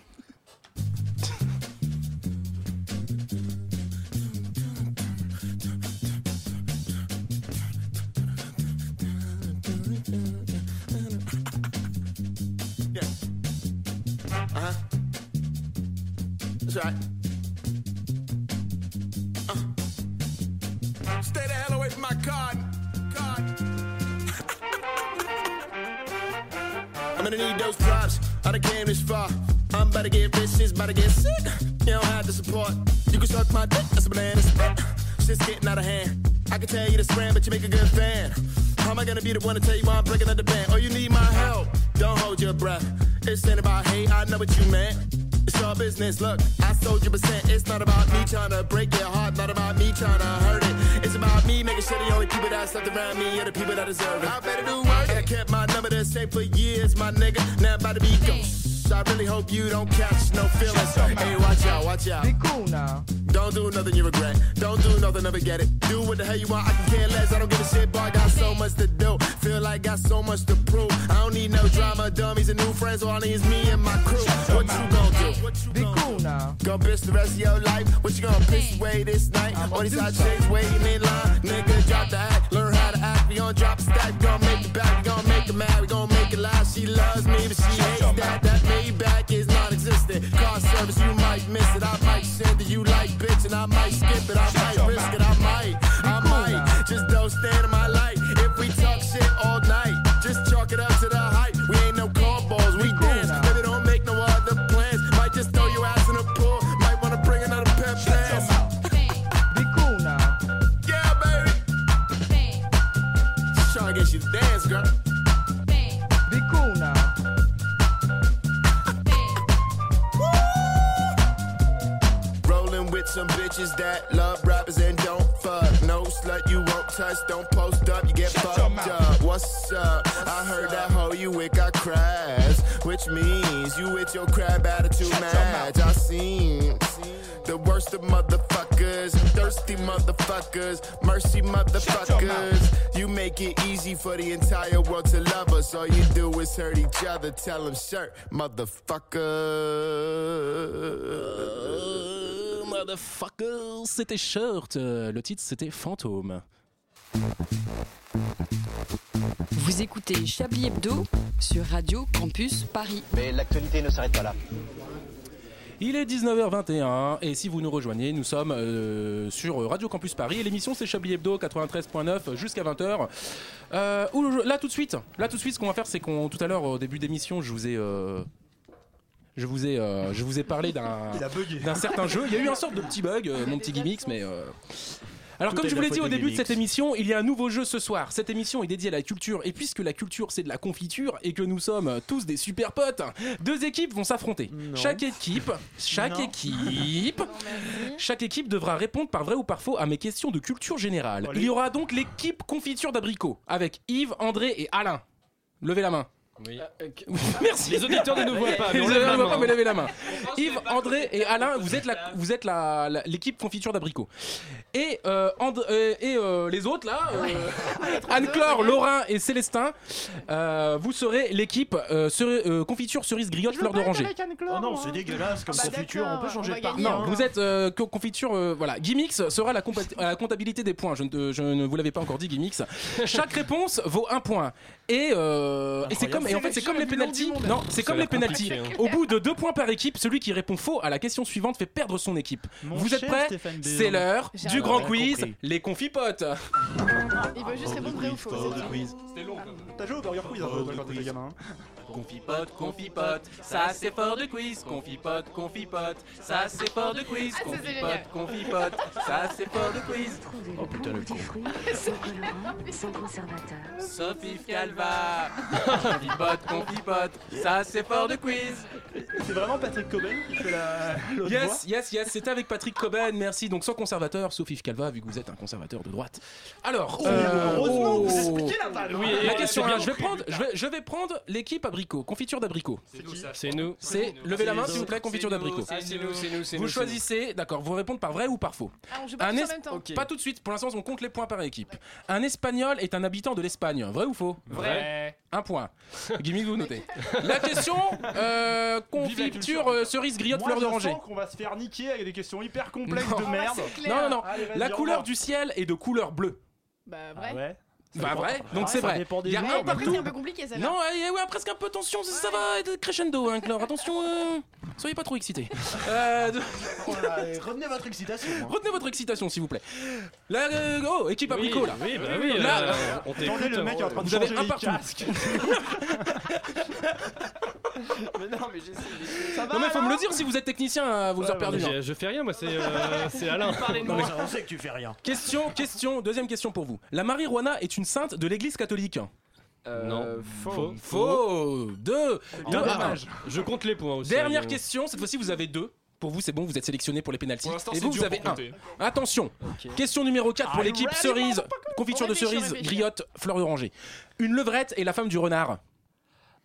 S13: Uh-huh. That's right. Uh. Stay the hell away from my card. Card.
S16: I'm gonna need those props. I done came this far. I'm about to get rich, shit's about to get sick. You don't have to support. You can suck my dick, that's a banana split. Shit's getting out of hand. I can tell you this friend, but you make a good fan. How am I gonna be the one to tell you why I'm breaking up the band? Oh, you need my help. Don't hold your breath. It's ain't about hate, I know what you meant. It's your business. Look, I sold you percent. It's not about me trying to break your heart. Not about me trying to hurt it. It's about me making sure the only people that's left around me are the people that deserve it. I better do work. And I kept my number the same for years, my nigga. Now I'm about to be ghost. I really hope you don't catch no feelings. Hey, watch out, watch out. Be cool now. Don't do nothing you regret. Don't do nothing, never get it. Do what the hell you want. I can care less. I don't give a shit, boy. I got so much to do. Feel like I got so much to prove. I don't need no drama, dummies, and new friends. All I need is me and my crew. What you gonna do? What you Be cool now. Gonna bitch the rest of your life. What you gonna piss away this night? All these hot chicks waiting in line. Nigga, drop the act. Learn how to act. Be We gonna drop a stack, gonna make it back, we gonna make it mad, we gonna make it loud. She loves me, but she hates that. That Maybach is non-existent. Car service, you might miss it. I might send it, you like bitch, and I might skip it. I might risk it, I might, I might. Just don't stand in my light. If we talk shit all night, just chalk it up to the hype. We ain't no cornballs, we dance. Baby, don't make no other plans. Might just throw your ass in the pool. Might wanna bring another pep dance. Be cool now. Yeah, baby. Just trying to get you to dance, girl. Be cool now. Rolling with some bitches that love rappers and don't fuck. No slut you won't touch, don't post up, you get fucked up. What's up? I heard that hoe you with got crabs, which means you with your crab attitude match. I seen the worst of motherfuckers, thirsty motherfuckers, mercy motherfuckers. You make it easy for the entire world to love us. All you do is hurt each other. Tell them, shirt, motherfucker.
S7: Motherfucker, c'était Shirt. Euh, Le titre, c'était Fantôme.
S10: Vous écoutez Chablis Hebdo sur Radio Campus Paris.
S8: Mais l'actualité ne s'arrête pas là.
S7: Il est 19h21 et si vous nous rejoignez, nous sommes euh, sur Radio Campus Paris et l'émission c'est Chablis Hebdo 93.9 jusqu'à 20h. Euh, ouh, je- là tout de suite, là tout de suite, ce qu'on va faire c'est qu'on tout à l'heure au début d'émission, je vous ai euh, je vous ai, euh, je vous ai parlé d'un
S11: Il a bugué.
S7: d'un certain jeu. Il y a eu un sorte de petit bug, euh, mon petit gimmicks, mais. euh, Alors,
S11: Tout
S7: comme
S11: est
S7: je
S11: de
S7: vous
S11: la
S7: l'ai dit
S11: faute
S7: au
S11: des
S7: début de
S11: gimmicks.
S7: cette émission, il y a un nouveau jeu ce soir. Cette émission est dédiée à la culture, et puisque la culture c'est de la confiture et que nous sommes tous des super potes, deux équipes vont s'affronter. Chaque équipe, chaque
S11: Non.
S7: équipe, chaque équipe devra répondre par vrai ou par faux à mes questions de culture générale. Il y aura donc l'équipe confiture d'abricot avec Yves, André et Alain. Levez la main. Euh, Merci.
S2: Les auditeurs ne nous voient pas, mais
S7: Les
S2: on lève
S7: auditeurs
S2: la
S7: ne voient
S2: main.
S7: pas, mais levez la main. Yves, André et Alain, vous êtes la, vous êtes la, la- l'équipe confiture d'abricot. Et euh, Andr- euh, et euh, les autres là, euh, Anne-Claire, Laurin et Célestin, euh, vous serez l'équipe euh, ceri- euh, confiture cerise griotte fleur d'oranger.
S11: Oh non, c'est dégueulasse comme confiture, Ah bah on hein. peut changer de partie.
S7: Non, vous êtes euh, co- confiture. euh, voilà, Gimmicks sera la, compa- à la comptabilité des points. Je ne, te- je ne vous l'avais pas encore dit, Gimmicks. Chaque réponse vaut un point. Et, euh, et c'est comme et en fait c'est comme les pénalties. Non, c'est comme
S2: Ça a
S7: les
S2: l'air
S7: pénalties.
S2: compliqué, hein.
S7: Au bout de deux points par équipe, celui qui répond faux à la question suivante fait perdre son équipe. vous êtes
S11: cher
S7: prêts
S11: Stéphane Bern.
S7: C'est l'heure
S11: J'ai
S7: du
S11: rien
S7: grand
S11: compris.
S7: quiz. Les confipotes.
S5: Il veut juste répondre vrai ou faux. c'est tout.
S11: C'était long. Oh, T'as joué au Burger Quiz un peu toi, quand t'étais gamin. hein.
S7: Confipote, confipote, ça c'est fort de quiz. Confipote, confipote, ça c'est fort de quiz.
S11: Ah, ça, c'est
S7: Confipote,
S11: génial.
S7: confipote, ça c'est fort de quiz. Oh putain le con.
S15: Sans conservateur.
S7: Sophie Calva. confipote, confipote, ça c'est fort de quiz.
S11: C'est vraiment Patrick Coben qui fait la. l'autre
S7: Yes, yes, yes, c'était avec Patrick Coben, merci. Donc sans conservateur, Sophie Calva, vu que vous êtes un conservateur de droite. Alors, euh,
S11: Oh, heureusement que vous expliquez la balle. Oui,
S7: la
S11: et-
S7: question,
S11: c'est
S7: là,
S11: bien
S7: je
S11: compris,
S7: vais prendre, je vais, je vais prendre l'équipe abricot, confiture d'abricot.
S2: C'est nous.
S7: C'est levez la main
S2: C'est
S7: s'il vous plaît,
S2: nous.
S7: confiture
S2: C'est nous,
S7: d'abricot.
S2: c'est nous, c'est nous, c'est nous,
S7: Vous
S2: c'est
S7: choisissez, d'accord, vous répondez par vrai ou par faux.
S5: Ah, on joue pas tous en
S7: es-
S5: même temps.
S7: Ok. Pas tout de suite, pour l'instant on compte les points par équipe. Un espagnol est un habitant de l'Espagne, vrai ou faux
S2: Vrai.
S7: Un point. Gimmicks, vous notez. La question euh, confiture euh, cerise griotte
S11: Moi,
S7: fleur
S11: je
S7: d'oranger.
S11: sens qu'on va se faire niquer avec des questions hyper complexes de
S7: Non.
S5: Ah,
S11: merde.
S7: Non, non, non.
S11: Allez, vas-y,
S7: la
S11: au
S7: couleur
S11: revoir.
S7: du ciel est de couleur bleue.
S5: Bah,
S2: Ah
S5: vrai.
S7: Bah
S11: dépend-
S7: vrai, donc
S11: Ah,
S7: c'est
S11: ça
S7: vrai.
S11: dépend des
S7: Il y a
S11: jours,
S7: un
S11: mais
S5: Après, c'est un
S7: partout.
S5: peu compliqué ça.
S7: Non, eh, ouais, ouais, presque un peu attention, ça, ça va être crescendo, hein, Clore. Attention, euh, soyez pas trop excités. Euh, de-
S2: Oh
S12: Revenez votre excitation.
S2: hein.
S7: Retenez votre excitation, s'il vous plaît. Là, euh, oh, équipe
S2: Oui,
S7: abricot, là.
S2: oui, bah oui,
S7: là,
S2: euh, on t'écoute. Attendez, le mec est en train de
S7: Vous avez
S2: changer
S7: un
S2: les
S7: partout.
S2: casques.
S6: Mais non, mais j'essaie. Ça
S7: non, mais faut me le dire si vous êtes technicien à vous heures perdues. hein.
S2: Je, je fais rien, moi, c'est euh, c'est Alain.
S7: Non, mais-
S12: On sait que tu fais rien.
S7: Question, question, deuxième question pour vous. La marijuana est une sainte de l'église catholique
S2: Non. Euh, Faux.
S7: Faux Deux
S2: Ah,
S7: Deux
S2: dommage.
S7: barrages.
S2: Je compte les points aussi.
S7: Dernière
S2: évidemment.
S7: question, cette fois-ci vous avez deux. Pour vous, c'est bon, vous êtes sélectionné pour les pénalties.
S2: Pour l'instant,
S7: Et
S2: c'est
S7: vous,
S2: dur
S7: vous avez
S2: pour
S7: un.
S2: compter.
S7: Attention. Question numéro 4 pour
S2: Are you
S7: l'équipe
S2: ready,
S7: cerise,
S2: motherfucker
S7: confiture de
S2: On réfléchit, on
S7: cerise,
S2: réfléchit.
S7: griotte, fleur d'oranger. Une levrette et la femme du renard.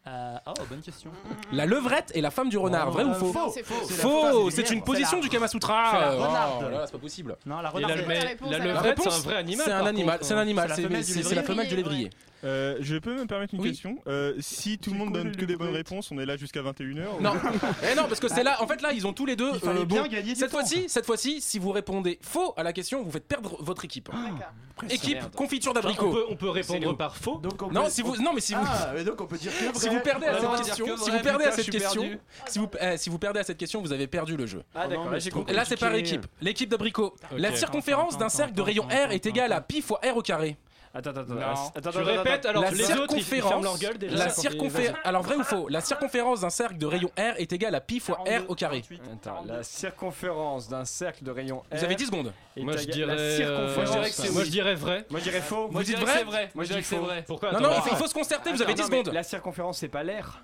S11: oh, bonne question.
S7: La levrette et la femme du renard, vrai ou faux
S11: Oh, euh, faux. C'est la
S7: Faux,
S11: phrase
S7: c'est
S11: lumière.
S7: une position
S11: C'est
S7: du
S11: la-
S7: Kama Sutra.
S11: c'est la
S7: Euh, oh
S11: renarde.
S7: là là, c'est pas possible.
S11: Non, Ah, la
S7: Et
S11: renarde, c'est pas la
S7: le-
S11: réponse,
S7: la
S11: alors.
S7: levrette,
S11: La réponse,
S7: c'est un vrai animal.
S11: c'est un
S7: par
S11: animal,
S7: contre.
S11: c'est un animal,
S7: la
S11: c'est-
S7: femelle
S11: c'est-
S7: du
S11: c'est la femelle du
S7: lévrier.
S4: Euh, je peux me permettre une question Euh, Si tout le monde donne que des bonnes réponses, on est là jusqu'à 21h
S7: Non, Eh non, parce que c'est là. En fait, là, ils ont tous les deux. euh,
S4: Il fallait bien gagner du
S7: cette
S4: temps.
S7: fois-ci, cette fois-ci, si vous répondez faux à la question, vous faites perdre votre équipe. équipe
S2: Ah, Merde. Bah,
S7: confiture d'abricot.
S2: On peut- on peut
S7: C'est
S2: répondre
S7: nous.
S2: par faux. Donc on
S7: non,
S2: peut-
S7: si vous,
S2: on-
S7: non, mais si vous,
S2: Ah, mais donc on peut dire que
S7: si
S2: vrai.
S7: vous perdez à
S2: On
S7: cette
S2: peut dire
S7: question,
S2: que
S7: si
S2: vrai,
S7: vous perdez
S2: putain,
S7: à
S2: je
S7: cette
S2: suis
S7: question,
S2: perdu.
S7: si vous, eh, si vous perdez à cette question, vous avez perdu le jeu.
S2: Ah, d'accord, là, j'ai compris.
S7: Là, c'est par
S2: compliqué.
S7: équipe. L'équipe d'abricot.
S2: Ok.
S7: La circonférence d'un cercle de rayon R est égale à pi fois R au carré. Attends, attends,
S2: attends, attends, attends.
S7: la
S2: Les autres, ils- ils ferment
S7: circonférence,
S2: leur gueule déjà.
S7: la
S2: Vas-y.
S7: circonférence, alors vrai ou faux, la circonférence d'un cercle de rayon R est égale à pi fois R au carré.
S6: Attends, la circonférence d'un cercle de rayon R.
S7: Vous avez 10 secondes.
S6: est
S7: Moi, je
S6: égale-
S7: dirais,
S6: La
S7: euh,
S6: circonférence.
S7: moi, je dirais que c'est oui. Moi, je dirais vrai.
S6: Moi je dirais faux.
S7: Vous Moi, je dites dirais que vrai c'est vrai.
S6: Moi je dirais que c'est vrai.
S7: Pourquoi Non, Attends, non, il faut- il faut se concerter, vous avez
S6: Attends,
S7: 10
S6: mais
S7: secondes.
S6: La circonférence c'est pas l'air.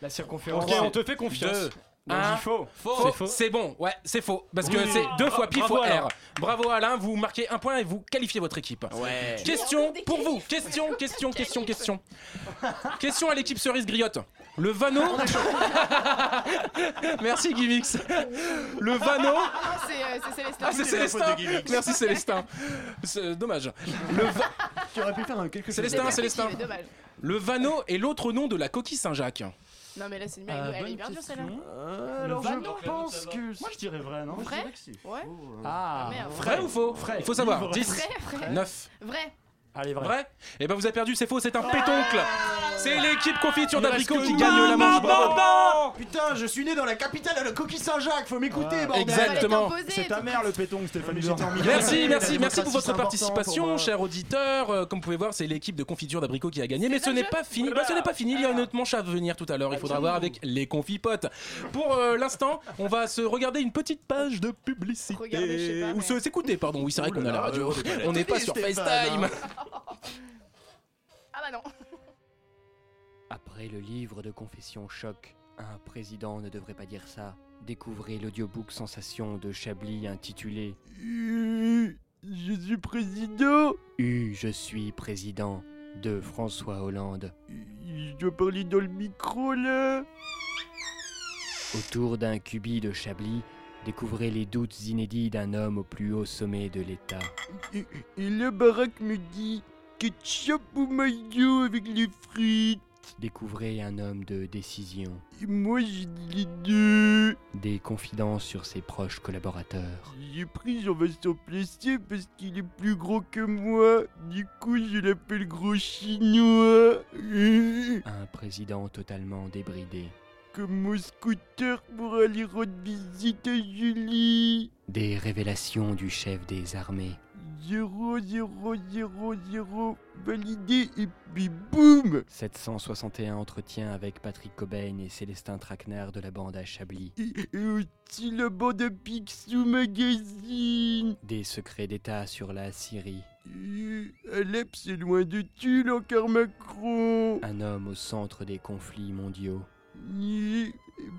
S6: La circonférence.
S7: Ok,
S6: c'est-
S7: on te fait confiance.
S6: Deux.
S7: Un.
S6: Non, je dis faux.
S7: Faux. C'est bon, ouais, c'est faux. Parce que
S6: Oui.
S7: c'est deux
S6: Bra-
S7: fois pi
S6: bravo,
S7: fois
S6: Alain.
S7: R. Bravo Alain, vous marquez un point et vous qualifiez votre équipe. Question pour vous. Question, question, question, question. Question à l'équipe cerise griotte. Le vanneau. Merci Gimix. Le vanneau.
S5: Ah, c'est euh, c'est Célestin.
S7: Ah, c'est Célestin. Merci Célestin. C'est euh, dommage. Le va-
S12: Tu aurais pu faire un quelque chose.
S7: Célestin,
S5: C'est
S7: Célestin.
S5: perpétuel, dommage.
S7: Le vanneau est l'autre nom de la coquille Saint-Jacques.
S5: Non, mais là, c'est une blague. Elle est hyper dure, celle-là.
S7: Euh,
S11: alors, je
S5: pense
S11: que. Moi, je dirais vrai, non
S5: Vrai Ouais.
S11: Ah,
S5: merde.
S7: Oh, Vrai ou faux Il faut savoir. 10,
S5: Vrai, vrai.
S7: 9.
S5: Vrai.
S12: Ah,
S11: Allez,
S7: vrai. Eh ben vous avez perdu, c'est faux, c'est un pétoncle. C'est l'équipe confiture
S12: Il reste
S7: d'abricot
S12: que
S7: qui
S12: nous.
S7: gagne la
S12: Maman,
S7: manche. Bravo.
S12: maman Putain, je suis né dans la capitale à la coquille Saint-Jacques, faut m'écouter,
S11: Ah,
S7: Ouais.
S12: bordel
S7: Exactement.
S11: C'est ta mère le péton, Stéphane. j'étais en milieu.
S7: Merci,
S11: La
S7: merci, merci
S11: démocratie, c'est
S7: pour votre
S11: important pour
S7: participation,
S11: moi.
S7: chers auditeurs. Euh, Comme vous pouvez voir, c'est l'équipe de confiture d'abricot qui a gagné. Mais ce n'est pas fini. Bah, ce n'est pas fini. Il y a une autre manche à venir tout à l'heure. Il faudra voir avec les confipotes. Pour euh, l'instant, on va se regarder une petite page de publicité. Ou se s'écouter, pardon. Oui, c'est vrai qu'on a la radio. On n'est Euh, pas sur FaceTime.
S5: Ah bah non.
S17: Après le livre de confession choc, un président ne devrait pas dire ça. Découvrez l'audiobook Sensation de Chablis intitulé
S18: euh, Je suis président.
S17: U Je suis président de François Hollande.
S18: Je dois parler dans le micro là.
S17: Autour d'un cubi de Chablis, découvrez les doutes inédits d'un homme au plus haut sommet de l'État.
S18: Et, et le baraque me dit ketchup ou mayo avec les frites.
S17: Découvrez un homme de décision,
S18: Et moi j'ai dit les deux.
S17: des confidences sur ses proches collaborateurs.
S18: J'ai pris Jean-Vincent Plessier parce qu'il est plus gros que moi. Du coup, je l'appelle gros chinois.
S17: Un président totalement débridé.
S18: Comme mon scooter pour aller rendre visite à Julie.
S17: Des révélations du chef des armées.
S18: 0, 0, 0, 0, validé et puis boum
S17: 761 entretiens avec Patrick Cobain et Célestin Traquenard de la bande à Chablis.
S18: et, et aussi la bande à Picsou Magazine
S17: Des secrets d'État sur la Syrie.
S18: Euh, Alep, c'est loin de Tulle encore Macron
S17: Un homme au centre des conflits mondiaux.
S18: Ni-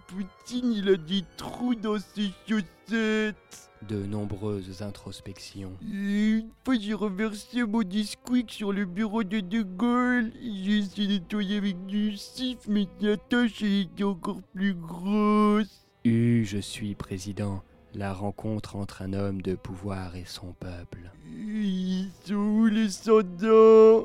S18: Poutine, il a des trous dans ses chaussettes
S17: De nombreuses introspections.
S18: Et une fois, j'ai renversé mon disquick sur le bureau de De Gaulle. J'ai essayé de nettoyer avec du sif, mais la tâche elle était encore plus grosse.
S17: U, je suis président. La rencontre entre un homme de pouvoir et son peuple.
S18: Ils sont où les soldats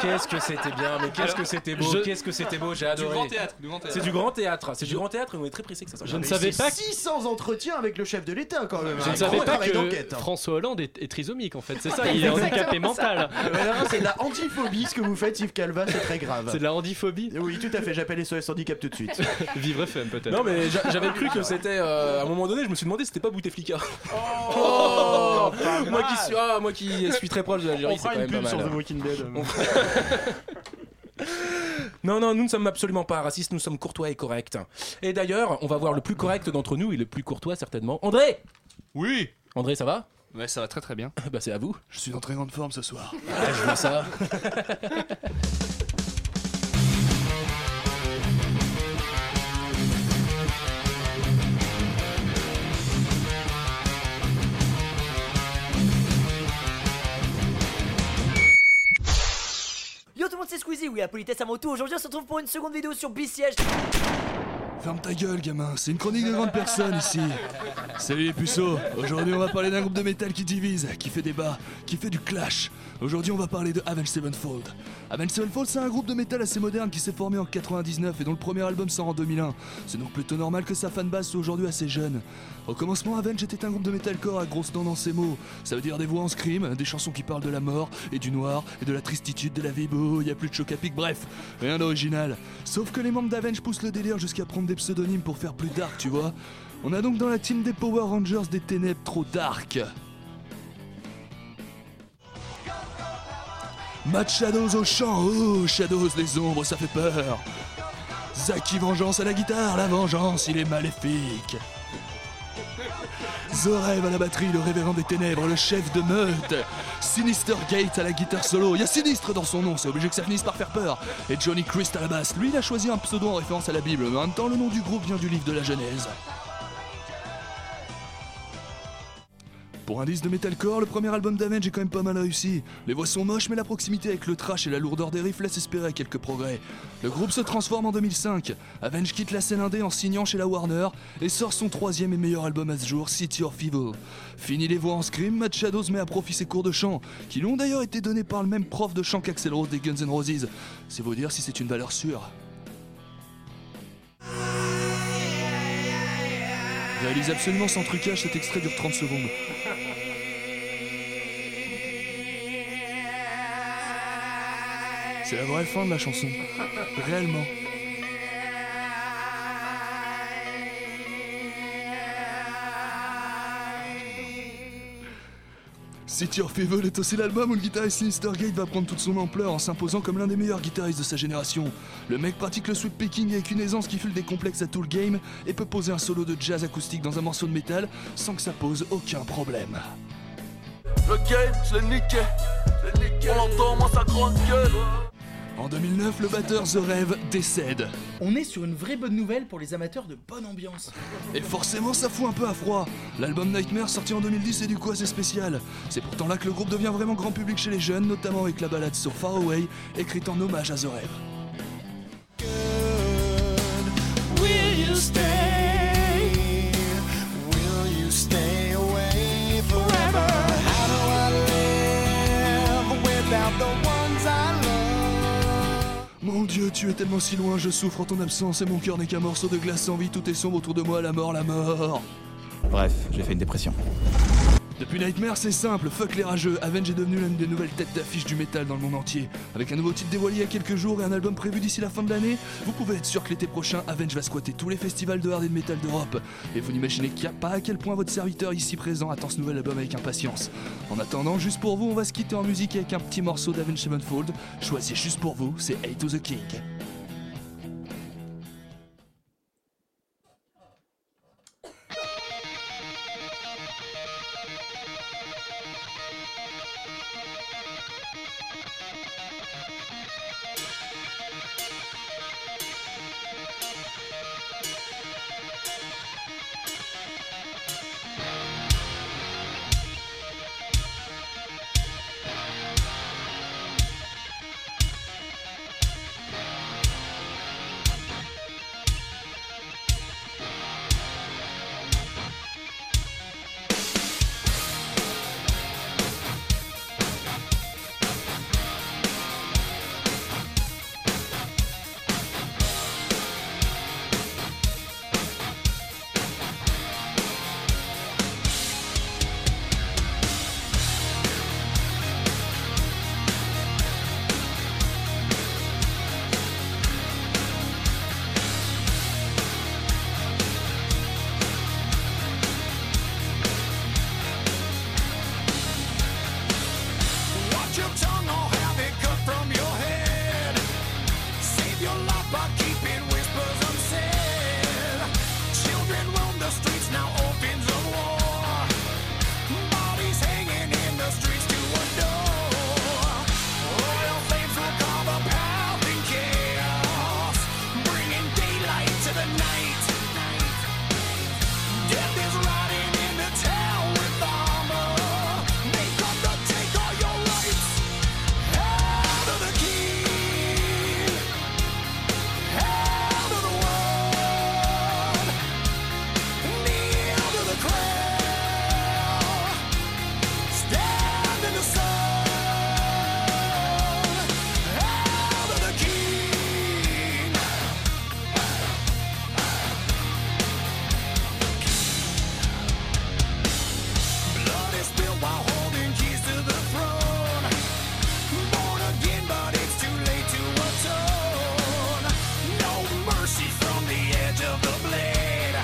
S7: Qu'est-ce que c'était bien, mais qu'est-ce
S2: Alors,
S7: que c'était beau,
S2: je-
S7: qu'est-ce que c'était beau, j'ai
S2: Du
S7: adoré.
S2: grand théâtre, du grand théâtre.
S7: C'est du grand théâtre, c'est du grand théâtre et on est très pressé que ça sorte.
S2: Je ne
S7: Mais
S2: savais
S7: c'est
S2: pas.
S7: si-
S12: 600 entretiens avec le chef de l'État quand même.
S2: Je
S12: Un
S2: ne savais
S12: gros
S2: pas
S12: travail
S2: que
S12: d'enquête, hein.
S2: François Hollande est, est trisomique en fait, c'est ça, il est handicapé
S12: Exactement ça.
S2: mental.
S12: Ah, mais non, c'est de la antiphobie ce que vous faites, Yves Calva, c'est très grave.
S2: C'est de la handiphobie
S12: Oui, tout à fait, j'appelle SOS Handicap tout de suite.
S2: Vivre FM peut-être.
S7: Non mais j'a- j'avais cru que c'était euh, à un moment donné, je me suis demandé si c'était pas Bouteflika.
S12: Oh,
S11: pas
S7: moi
S11: mal.
S7: qui suis ah, moi qui suis très proche de l'Algérie,
S11: On
S7: c'est
S11: fera
S7: quand même
S11: une
S7: pas
S11: pub
S7: mal.
S11: sur The Walking Dead.
S7: On fera- Non, non, nous ne sommes absolument pas racistes, nous sommes courtois et corrects. Et d'ailleurs, on va voir le plus correct d'entre nous et le plus courtois certainement. André Oui André, ça va Ouais, ça va très très bien. Bah, c'est à vous.
S19: Je suis en très grande forme ce soir.
S7: Ah, je vois ça.
S19: Jacuzzi, oui, la politesse à mon tour. Aujourd'hui, on se retrouve pour une seconde vidéo sur Bissiège.
S20: Ferme ta gueule, gamin, c'est une chronique de grande personne ici. Salut les puceaux, aujourd'hui on va parler d'un groupe de métal qui divise, qui fait débat, qui fait du clash. Aujourd'hui on va parler de Avenged Sevenfold. Avenged Sevenfold c'est un groupe de métal assez moderne qui s'est formé en 99 et dont le premier album sort en 2001. C'est donc plutôt normal que sa fanbase soit aujourd'hui assez jeune. Au commencement, Avenged était un groupe de metalcore à grosses dents dans ses mots. Ça veut dire des voix en scream, des chansons qui parlent de la mort et du noir et de la tristitude de la vie. Beau, y a plus de choc à pic, bref, rien d'original. Sauf que les membres d'Avenge poussent le délire jusqu'à prendre des pseudonymes pour faire plus dark, tu vois. On a donc dans la team des Power Rangers des ténèbres trop dark. Mad Shadows au chant, oh Shadows, les ombres, ça fait peur. Zaki Vengeance à la guitare, la vengeance, il est maléfique. Zorev à la batterie, le révérend des ténèbres, le chef de meute. Sinister Gate à la guitare solo. Il y a Sinistre dans son nom, c'est obligé que ça finisse par faire peur. Et Johnny Christ à la basse, lui il a choisi un pseudo en référence à la Bible, mais en même temps le nom du groupe vient du livre de la Genèse. Pour un disque de metalcore, le premier album d'Avenge est quand même pas mal réussi. Les voix sont moches, mais la proximité avec le trash et la lourdeur des riffs laisse espérer à quelques progrès. Le groupe se transforme en 2005. Avenge quitte la scène indé en signant chez la Warner et sort son troisième et meilleur album à ce jour, City of Evil. Fini les voix en scream, Matt Shadows met à profit ses cours de chant, qui l'ont d'ailleurs été donnés par le même prof de chant qu'Axel Rose des Guns N' Roses. C'est vous dire si c'est une valeur sûre. Réalise absolument sans trucage, cet extrait dure 30 secondes. C'est la vraie fin de la chanson. Réellement. City of Evil est aussi l'album où le guitariste Sinister Gate va prendre toute son ampleur en s'imposant comme l'un des meilleurs guitaristes de sa génération. Le mec pratique le sweep picking avec une aisance qui file des complexes à tout le game et peut poser un solo de jazz acoustique dans un morceau de métal sans que ça pose aucun problème.
S21: Le game, je l'ai niqué. On l'entend, moi, sa grande gueule.
S20: En 2009, le batteur The Rêve décède.
S22: On est sur une vraie bonne nouvelle pour les amateurs de bonne ambiance.
S20: Et forcément, ça fout un peu à froid. L'album Nightmare, sorti en 2010, est du coup assez spécial. C'est pourtant là que le groupe devient vraiment grand public chez les jeunes, notamment avec la balade sur Far Away, écrite en hommage à The Rêve.
S23: Will you stay? Will you stay away forever? How do I live without the ones I love?
S20: Mon dieu, tu es tellement si loin, je souffre en ton absence et mon cœur n'est qu'un morceau de glace sans vie, tout est sombre autour de moi, la mort, la mort.
S24: Bref, j'ai fait une dépression.
S20: Depuis Nightmare, c'est simple, fuck les rageux, Avenge est devenu l'une des nouvelles têtes d'affiche du métal dans le monde entier. Avec un nouveau titre dévoilé il y a quelques jours et un album prévu d'ici la fin de l'année, vous pouvez être sûr que l'été prochain, Avenge va squatter tous les festivals de hard et de métal d'Europe. Et vous n'imaginez qu'il n'y a pas à quel point votre serviteur ici présent attend ce nouvel album avec impatience. En attendant, juste pour vous, on va se quitter en musique avec un petit morceau d'Avenge Sevenfold. Choisis juste pour vous, c'est Hey to the King.
S23: mercy from the edge of the blade.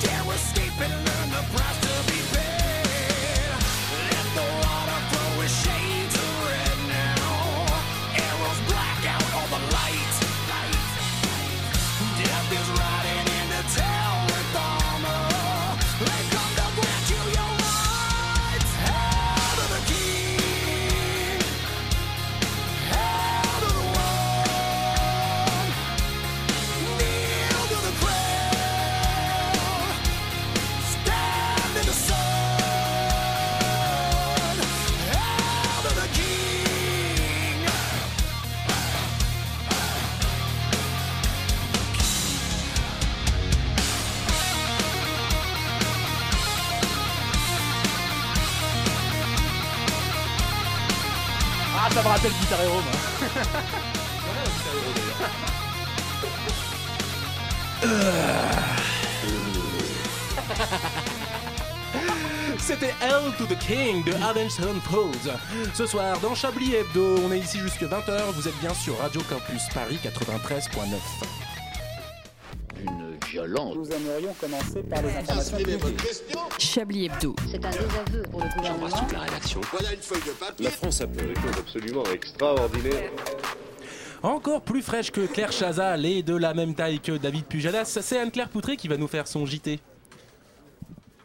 S23: Dare escape and learn the price to be paid. Let the water flow with shades of red now. Arrows black out all the light. Death is riding in the tail with armor. They come to grant you your rights. Hail to the king. Hail to the one. Kneel to the ground. Stand in the sun. Hail to the king.
S11: Ah, ça me rappelle Guitar Hero, moi.
S7: Euh. C'était Hell to the King de Adamson Falls. Ce soir, dans Chablis Hebdo, on est ici jusque 20h. Vous êtes bien sur Radio Campus Paris 93.9.
S8: Une violence.
S1: Nous aimerions commencer par
S8: Ah,
S1: les informations
S10: Chablis Hebdo.
S1: C'est un désaveu pour le gouvernement.
S8: la rédaction.
S1: Voilà une feuille de papier.
S8: La France a fait des choses absolument extraordinaires.
S7: Encore plus fraîche que Claire Chazal et de la même taille que David Pujadas, c'est Anne-Claire Poutré qui va nous faire son JT.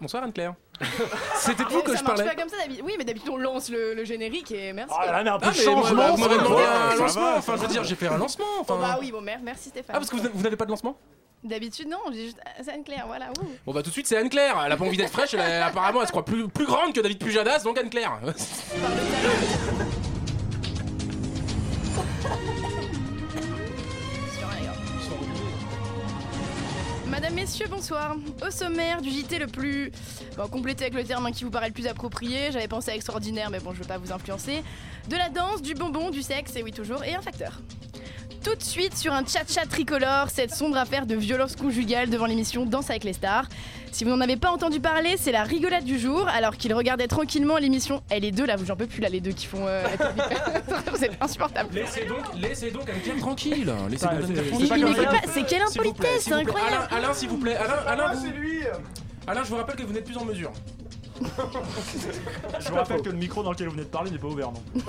S7: Bonsoir Anne-Claire. C'était de vous que
S5: Eh, ça
S7: je
S5: marche
S7: parlais.
S5: pas comme ça, d'habitude. Oui, mais d'habitude, on lance le, le générique et merci.
S7: Ah là, mais un peu
S5: Ah,
S7: de changement, ça
S5: moi,
S7: va,
S5: demandé
S7: ça va, ça va.
S5: Oh,
S7: enfin.
S5: bah oui, bon, mer- merci Stéphane.
S7: Ah, parce que vous, vous n'avez pas de lancement
S5: D'habitude, non, j'ai juste. ah, C'est Anne-Claire, voilà. ouh.
S7: Bon bah tout de suite c'est Anne-Claire, elle a pas envie d'être fraîche, elle a- apparemment elle se croit plus, plus grande que David Pujadas, donc Anne-Claire.
S5: Madame, messieurs, bonsoir. Au sommaire du JT le plus. Bon, complété avec le terme hein, qui vous paraît le plus approprié. J'avais pensé à extraordinaire, mais bon, je veux pas vous influencer. De la danse, du bonbon, du sexe, et oui, toujours, et un facteur. Tout de suite sur un tchatcha tricolore, cette sombre affaire de violence conjugale devant l'émission Danse avec les stars. Si vous n'en avez pas entendu parler, c'est la rigolade du jour, alors qu'il regardait tranquillement l'émission. Elle est deux là, j'en peux plus là, les deux qui font. euh, la technique. vous êtes insupportables.
S7: Laissez donc, laissez donc Anne-Claire tranquille. Laissez donc Anne-Claire
S5: Mais- mais c'est pas- c'est quelle
S7: S'il vous plaît,
S5: impolitesse,
S7: s'il vous
S5: c'est
S7: plaît.
S5: incroyable.
S7: Alain, Alain, s'il vous plaît, Alain, Alain, vous-
S5: lui
S7: Alain, je vous rappelle que vous n'êtes plus en mesure.
S3: Je vous rappelle que le micro dans lequel vous venez de parler n'est pas ouvert non plus.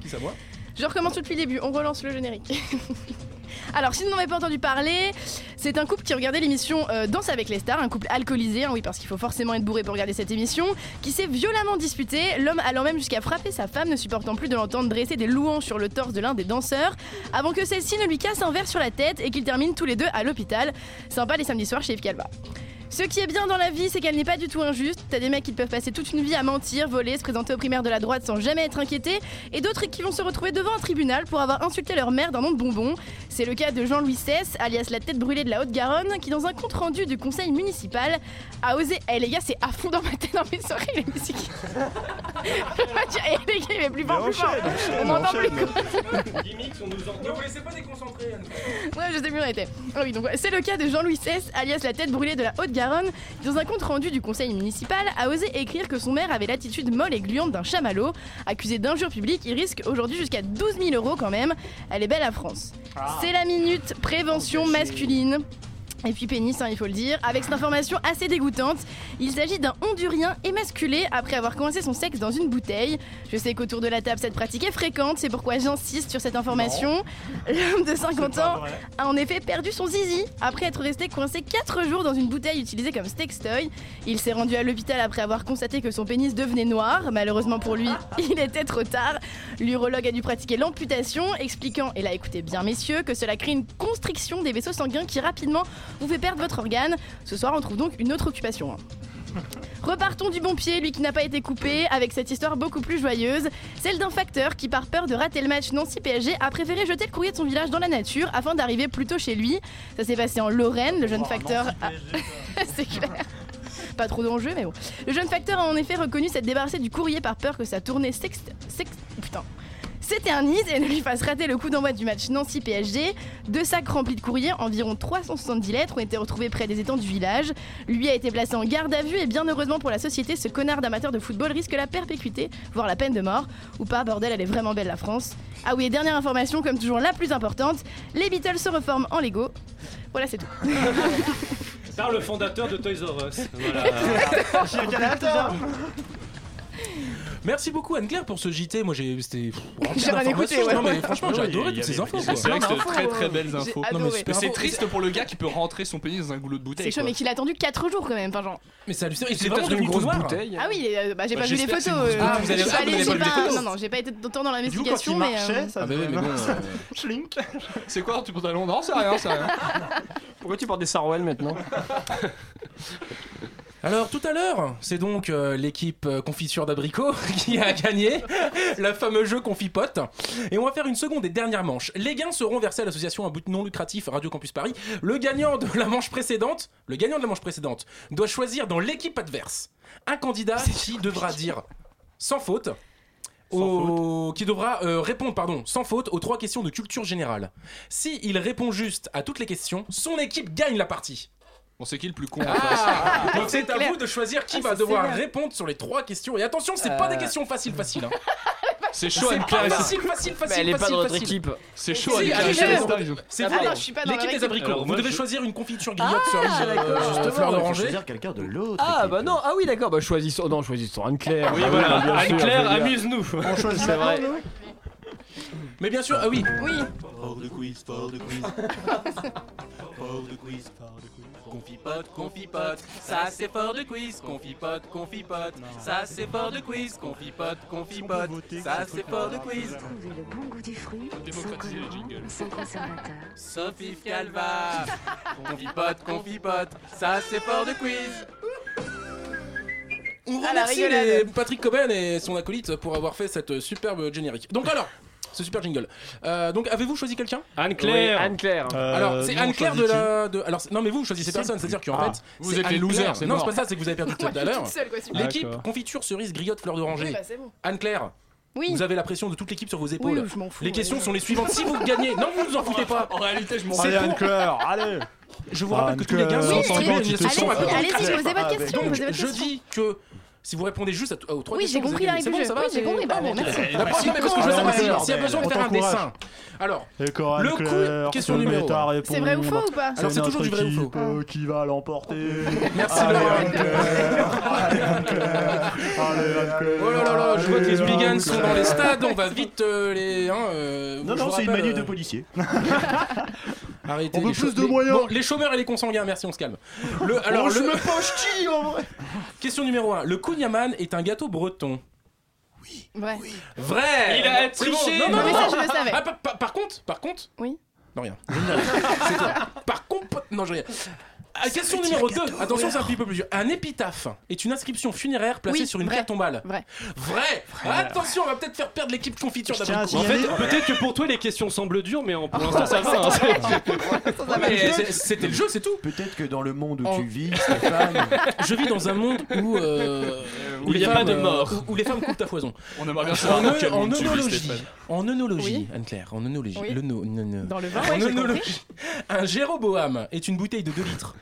S7: Qui ça moi
S5: Je recommence tout depuis le début, on relance le générique. Alors, si vous n'en avez pas entendu parler, c'est un couple qui regardait l'émission euh, Danse avec les stars, un couple alcoolisé, hein, oui, parce qu'il faut forcément être bourré pour regarder cette émission, qui s'est violemment disputé, l'homme allant même jusqu'à frapper sa femme, ne supportant plus de l'entendre dresser des louanges sur le torse de l'un des danseurs, avant que celle-ci ne lui casse un verre sur la tête et qu'ils terminent tous les deux à l'hôpital. Sympa les samedis soirs chez Yves Calva. Ce qui est bien dans la vie, c'est qu'elle n'est pas du tout injuste. T'as des mecs qui peuvent passer toute une vie à mentir, voler, se présenter aux primaires de la droite sans jamais être inquiétés, et d'autres qui vont se retrouver devant un tribunal pour avoir insulté leur mère d'un nom de bonbon. C'est le cas de Jean-Louis Cesse, alias la tête brûlée de la Haute-Garonne, qui dans un compte rendu du conseil municipal a osé. Eh les gars, c'est à fond dans ma tête, non mais sorry, les musiques. Je peux pas dire, eh les gars, il est plus fort, plus fort. On m'entend plus quoi.
S7: on nous entend. Ne vous laissez pas déconcentrer,
S5: Ouais, je sais plus où on était. Ah oui, donc ouais, c'est le cas de Jean-Louis Cesse, alias la tête brûlée de la Haute-Garonne, qui, dans un compte rendu du conseil municipal, a osé écrire que son maire avait l'attitude molle et gluante d'un chamallow. Accusé d'injure publique, il risque aujourd'hui jusqu'à 12 000 euros quand même. Elle est belle à France. C'est la minute prévention masculine. Et puis pénis, hein, il faut le dire, avec cette information assez dégoûtante, il s'agit d'un Hondurien émasculé après avoir commencé son sexe dans une bouteille. Je sais qu'autour de la table, cette pratique est fréquente, c'est pourquoi j'insiste sur cette information. L'homme de 50 ans a en effet perdu son zizi après être resté coincé 4 jours dans une bouteille utilisée comme sextoy. Il s'est rendu à l'hôpital après avoir constaté que son pénis devenait noir. Malheureusement pour lui, il était trop tard. L'urologue a dû pratiquer l'amputation, expliquant, et là écoutez bien messieurs, que cela crée une constriction des vaisseaux sanguins qui rapidement vous fait perdre votre organe. Ce soir, on trouve donc une autre occupation. hein. Repartons du bon pied, lui qui n'a pas été coupé, avec cette histoire beaucoup plus joyeuse, celle d'un facteur qui, par peur de rater le match Nancy-PSG, a préféré jeter le courrier de son village dans la nature afin d'arriver plus tôt chez lui. Ça s'est passé en Lorraine, le jeune facteur. a- C'est clair. Pas trop d'enjeux, mais bon. Le jeune facteur a en effet reconnu s'être débarrassé du courrier par peur que sa tournée sext... sext- Putain. s'éternise et ne lui fasse rater le coup d'envoi du match Nancy-PSG. Deux sacs remplis de courrier, environ 370 lettres, ont été retrouvés près des étangs du village. Lui a été placé en garde à vue et bien heureusement pour la société, ce connard d'amateur de football risque la perpétuité, voire la peine de mort. Ou pas, bordel, elle est vraiment belle la France. Ah oui, et dernière information, comme toujours la plus importante, les Beatles se reforment en Lego. Voilà, c'est tout.
S2: Par le fondateur de Toys R Us. Voilà.
S7: Merci beaucoup Anne-Claire pour ce JT. Moi j'ai c'était pff, rempli
S5: J'ai rien
S7: d'informations.
S5: écouté, ouais.
S7: Non, mais franchement, j'ai
S5: Oui,
S7: adoré
S5: il y
S7: toutes ces
S5: avait-
S7: infos.
S5: c'est vrai que c'est Infos, très, très euh, belles j'ai infos.
S7: Non, mais
S5: adoré.
S7: super
S5: C'est
S7: infos.
S5: triste
S9: pour le gars qui peut rentrer son pénis dans un goulot de bouteille.
S5: C'est chaud,
S9: quoi.
S5: mais qu'il a attendu 4 jours quand même, enfin genre.
S7: Mais ça lui
S9: C'est
S7: c'est
S9: peut-être
S7: vraiment
S9: une
S7: devenu
S9: grosse
S7: tout noir.
S9: bouteille.
S5: Ah oui, euh, bah j'ai
S7: Bah,
S5: pas vu les
S7: j'espère que
S5: photos.
S7: c'est une
S5: euh,
S7: grosse- Ah, vous avez- ah,
S5: j'ai pas
S7: vous
S5: allé-
S7: avez
S5: j'ai
S7: pas vu les
S5: pas-
S7: photos.
S5: Non, non, j'ai pas été autant
S9: Du
S5: dans
S9: coup, quand
S5: l'investigation,
S9: il
S5: mais. euh,
S9: marchait, ça
S7: Ah bah oui, mais bon, euh,
S9: Schlink. C'est
S2: hein,
S9: quoi tu pantalon Non, c'est rien, c'est rien. Pourquoi tu portes des sarouels maintenant
S7: Alors tout à l'heure, c'est donc euh, l'équipe euh, confiture d'abricot qui a gagné le fameux jeu confipote. Et on va faire une seconde et dernière manche. Les gains seront versés à l'association à but non lucratif Radio Campus Paris. Le gagnant de la manche précédente, le gagnant de la manche précédente, doit choisir dans l'équipe adverse un candidat qui devra dire sans faute. au- qui devra euh, répondre pardon sans faute aux trois questions de culture générale. Si il répond juste à toutes les questions, son équipe gagne la partie.
S9: On sait qui le plus con en
S7: Ah
S9: face.
S7: Donc c'est à vous de choisir qui
S9: Ah,
S7: va
S9: c'est
S7: devoir
S9: sévère.
S7: répondre sur les trois questions. Et attention, c'est pas
S9: Euh.
S7: des questions faciles, faciles. hein.
S9: C'est chaud,
S7: C'est
S9: Anne-Claire.
S7: pas facile, facile,
S9: Mais
S7: facile.
S9: elle est pas
S7: facile,
S9: de votre
S7: facile.
S9: équipe. C'est chaud,
S7: Si,
S9: Anne-Claire,
S7: allez,
S9: je suis
S7: allez,
S9: dans
S7: allez.
S9: leur-
S7: C'est
S9: Ah,
S7: vous,
S9: pardon,
S7: les-
S9: je suis pas dans leur
S7: l'équipe des
S9: équipe.
S7: abricots.
S9: Alors,
S7: Vous
S9: moi,
S7: devez
S9: je-
S7: choisir une confiture grillade
S9: Ah,
S7: cerise euh,
S9: d'accord. Ah,
S7: euh, fleur d'oranger.
S9: quelqu'un
S12: de l'autre.
S9: Ah bah non, ah oui d'accord, bah choisissons, non choisissons Anne-Claire.
S7: Oui, voilà,
S9: bien sûr,
S7: Anne-Claire,
S9: je veux dire.
S7: amuse-nous. On choisit
S9: c'est vrai.
S7: maintenant, Mais bien sûr, ah oui.
S5: Oui.
S7: Fort de quiz, fort de quiz. fort de quiz, fort de quiz. Confipote, confipote, ça c'est fort de quiz. Confipote, confipote, ça c'est fort de quiz. Confipote, confipote, ça c'est fort de quiz.
S15: Trouver le bon goût des fruits sans colorant, sans conservateur.
S7: Sophie Calva. confipote, confipote, ça Ah, c'est fort de quiz. On
S5: la
S7: remercie
S5: rigolade.
S7: les- Patrick Coben et son acolyte pour avoir fait cette superbe générique. Donc alors, ce super jingle. Euh, donc avez-vous choisi quelqu'un
S9: Anne-Claire. Oui, Anne-Claire. Euh,
S7: alors c'est
S9: nous, on
S7: Anne-Claire de
S9: choisit
S7: la... de- Alors, c'est- non mais vous, vous choisissez
S9: C'est-
S7: personne, c'est-à-dire qu'en
S9: Ah.
S7: fait...
S9: Vous
S7: c'est
S9: êtes les losers,
S7: Anne-Claire.
S9: c'est
S7: Non,
S9: mort.
S7: c'est pas ça, c'est que vous avez perdu tout
S5: Moi,
S7: à
S5: je suis
S7: l'heure.
S5: toute seule, quoi, super.
S7: L'équipe
S5: D'accord.
S7: confiture, cerise, griotte, fleur d'oranger.
S5: Oui, bah, c'est bon.
S7: Anne-Claire.
S5: Oui.
S7: Vous avez la pression de toute l'équipe sur vos épaules.
S5: je m'en fous,
S7: les
S5: ouais.
S7: questions sont les suivantes. Si vous gagnez, non, vous vous en foutez pas. En réalité, je
S3: m'en Allez, fous. Anne-Claire, allez.
S7: Je vous rappelle que tous les gains
S3: Anne-Claire,
S7: sont
S3: Oui,
S7: en
S3: allez,
S7: une session
S3: allez-y,
S7: à
S3: allez-y,
S7: partir.
S3: posez votre question,
S7: Donc,
S3: posez votre
S7: Ah, bah, je
S3: question.
S7: dis que si vous répondez juste à- aux trois
S5: Oui,
S7: questions,
S5: j'ai
S7: vous
S5: compris
S7: avez
S5: la
S7: gagné.
S5: règle
S7: C'est bon,
S5: du jeu.
S7: ça va,
S5: Oui,
S7: c'est
S5: j'ai compris, bah,
S7: bon, ok.
S5: merci.
S7: La prochaine, parce que je veux savoir s'il y a besoin de faire un dessin. Alors,
S3: le
S7: coup, question numéro un. C'est vrai ou faux ou pas Alors, c'est toujours du vrai ou faux.
S11: euh,
S3: Qui va l'emporter
S7: Merci Laurent. Oh là là
S12: Ah,
S7: là, je vois que les Bigans sont dans les stades, on va vite euh, les. hein, euh,
S12: Non,
S7: je
S12: non,
S7: vous
S12: c'est une
S7: rappelle,
S12: manie de
S7: euh,
S12: policier.
S7: Arrêtez.
S12: On veut
S7: les
S12: plus
S7: cha-
S12: de
S7: les-
S12: moyens.
S7: bon, les chômeurs et les consanguins, merci, on se calme. Le,
S12: Oh, je
S7: le-
S12: me penche qui en vrai
S7: Question numéro 1. Le kunyaman est un gâteau breton.
S5: Ouais.
S7: Vrai
S5: Il a
S7: C'est
S5: triché.
S7: bon. Non, non,
S5: Non, mais ça,
S7: non.
S5: je le savais.
S7: Ah, par, par- par contre, par contre
S5: Oui.
S7: Non, rien. Je ne dis rien. C'est toi. Par contre, pot- non, je rien. Ah, Question numéro 2. Attention, c'est un petit peu plus dur. Un épitaphe est une inscription funéraire placée
S5: Oui,
S7: sur une
S5: vrai.
S7: pierre tombale.
S5: Vrai.
S7: Vrai Attention, on va peut-être faire perdre l'équipe confiture
S2: Tiens,
S7: d'abricot.
S2: en fait, peut-être que pour toi les questions semblent dures, mais en- pour l'instant ça va. hein.
S7: Ouais, mais c'est- C'était le jeu, c'est tout.
S12: Peut-être que dans le monde où
S7: Oh.
S12: tu vis, Stéphane.
S7: Je vis dans un monde où. euh,
S12: Où il y a
S7: les
S12: pas
S7: femmes,
S12: de
S7: euh,
S12: mort.
S7: Où, où les femmes coupent à foison.
S9: On aimerait bien
S7: En,
S9: savoir dans quel
S7: en
S9: monde tu vis,
S7: onologie.
S9: Stéphane.
S7: En onologie, Anne-Claire, en onologie.
S5: Oui.
S7: Le no, no, no.
S5: Dans le vin,
S7: En
S5: ouais, j'ai
S7: onologie. Un Jéroboam est une bouteille de 2 litres.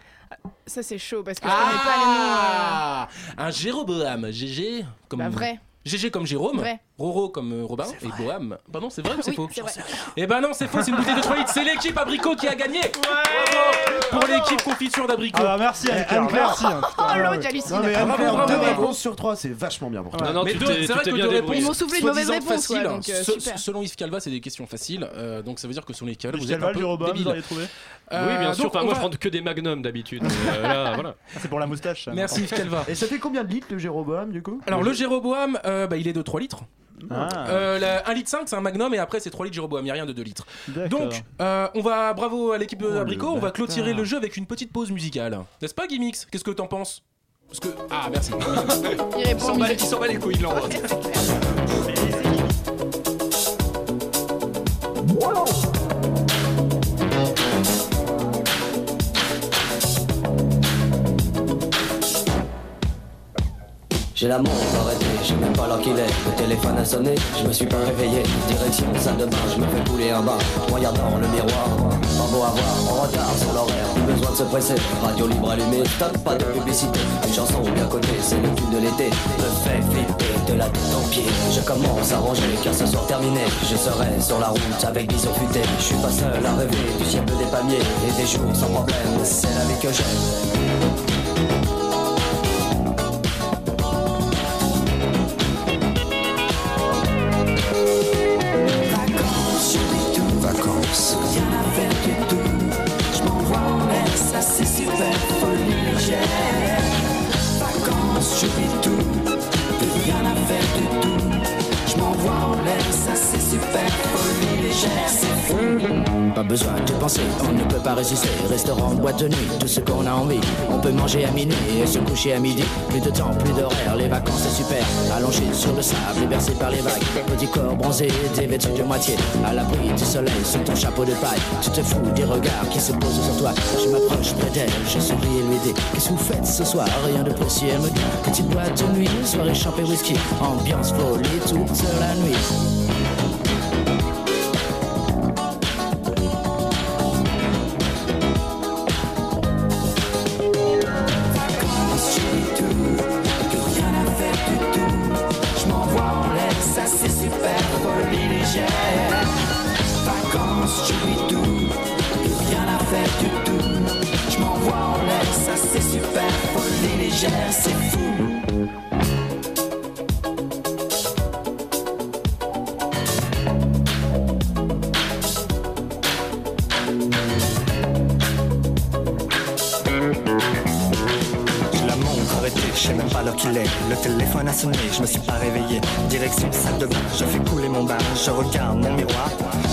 S5: Ça, c'est chaud parce que je connais pas les noms.
S7: Ah Un Jéroboam. GG comme.
S5: Bah, vrai.
S7: GG comme Jérôme,
S5: Vrai.
S7: Roro comme euh, Robin et Boam. Bah non, c'est vrai ou c'est
S5: Oui,
S7: faux
S5: c'est vrai.
S7: Eh ben non, c'est faux, c'est une bouteille de 3 litres. C'est l'équipe Abricot qui a gagné Bravo Pour l'équipe confiture d'Abricot.
S3: Ah bah merci Anne-Claire, merci. hein, putain.
S5: Oh, l'autre, j'hallucine.
S12: Non, mais
S7: Bravo,
S12: Anne-Claire,
S7: bravo,
S12: deux
S7: bravo.
S12: réponses sur trois, c'est vachement bien pour toi.
S7: mais deux- c'est vrai que deux réponses.
S5: Ils m'ont soufflé de mauvaises
S7: soi-disant
S5: réponses, quoi,
S7: faciles.
S5: donc, euh,
S7: Se-
S5: super.
S7: selon Yves Calva, c'est des questions faciles. euh, donc ça veut dire que selon Yves Calva,
S3: Yves
S7: vous êtes
S3: Calva,
S7: un peu
S3: Jéroboam, vous
S7: débile.
S3: auriez trouvé
S7: Euh,
S2: oui, bien sûr.
S7: donc,
S2: Enfin,
S7: on
S2: moi,
S7: va-
S2: je prends que des magnums d'habitude. mais, euh, là, voilà.
S3: C'est pour la moustache. ça.
S7: Merci Yves Calva.
S12: hein. Et ça fait combien de litres le Jéroboam du coup
S7: Alors le Jéroboam, euh, bah, il est de 3 litres.
S12: Ah.
S7: Euh, la- 1 litre 5 c'est un magnum et après c'est 3 litres Jéroboam, il n'y a rien de 2 litres.
S12: D'accord. Oh,
S7: Donc euh, on va bravo à l'équipe de Abricot, on va
S12: bâtard.
S7: clôturer le jeu avec une petite pause musicale. N'est-ce pas Gimmix Qu'est-ce que t'en penses Parce que ah merci.
S5: Il répond
S7: s'en bat les-
S5: musique.
S7: il s'en bat les couilles, il l'envoie.
S4: J'ai
S13: J'ai
S4: la montre arrêtée, je sais même pas l'heure qu'il est. Le téléphone a sonné, je me suis pas réveillé. Direction salle de bain, je me fais couler un bain. Regardant le miroir, pas beau à voir, en retard sur l'horaire. Plus besoin de se presser, radio libre allumée, stop, pas de publicité. Une chanson bien cotée, c'est le cul de l'été. Me fait flipper de la tête en pied. Je commence à ranger car ce soir terminé, je serai sur la route avec bison futé. Je suis pas seul à rêver du ciel bleu des palmiers et des jours sans problème. C'est la vie que j'aime.
S23: Vacances, je tout. Vacances. Rien à faire du tout. Je m'envoie en l'air, ça c'est super folie. J'ai vacances, je vis tout. Plus rien à faire du tout. Je m'envoie en l'air, ça c'est super folie. légère, c'est fou.
S4: Pas besoin de penser, on ne peut pas résister. Restaurant, boîte de nuit, tout ce qu'on a envie. On peut manger à minuit et se coucher à midi. Plus de temps, plus d'horaire, les vacances c'est super. Allongé sur le sable et bercé par les vagues. Petit corps bronzé, des vêtements de moitié. À l'abri du soleil, sous ton chapeau de paille. Tu te fous des regards qui se posent sur toi. Je m'approche près d'elle, je souris et lui dis Qu'est-ce que vous faites ce soir Rien de précis, elle me dit Petite boîte de nuit, soirée champée whisky. Ambiance folie toute la nuit.
S23: Vacances, je tout. Plus rien à faire du tout. Je m'envoie en l'air, ça c'est super folie légère. Vacances, je tout. Plus rien à faire du tout. Je m'envoie en l'air, ça c'est super folie légère, c'est fou.
S13: Je la montre arrêtée, je sais même pas l'heure qu'il est. Le téléphone a sonné, je me suis pas réveillé. Direction salle de bain, je fais couler mon bain, je regarde mon miroir.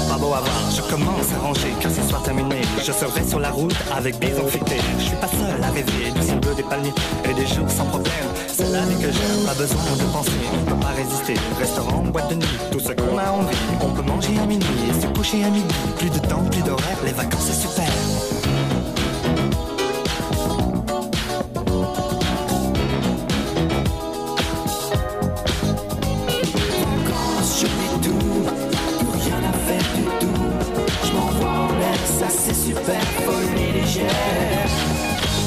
S13: Pas beau à voir, je commence à ranger, car ce soir terminé, je serai sur la route avec bison fêté. Je suis pas seul à rêver du ciel bleu des palmiers et des jours sans problème. C'est la vie que j'aime, pas besoin de penser, on peut pas résister. Restaurant, boîte de nuit, tout ce qu'on a envie. On peut manger à minuit et se coucher à midi. Plus de temps, plus d'horaire, les vacances c'est super.
S23: Vacances, je vis tout. Plus rien à faire du tout. Je m'envoie en l'air, ça c'est super folie légère.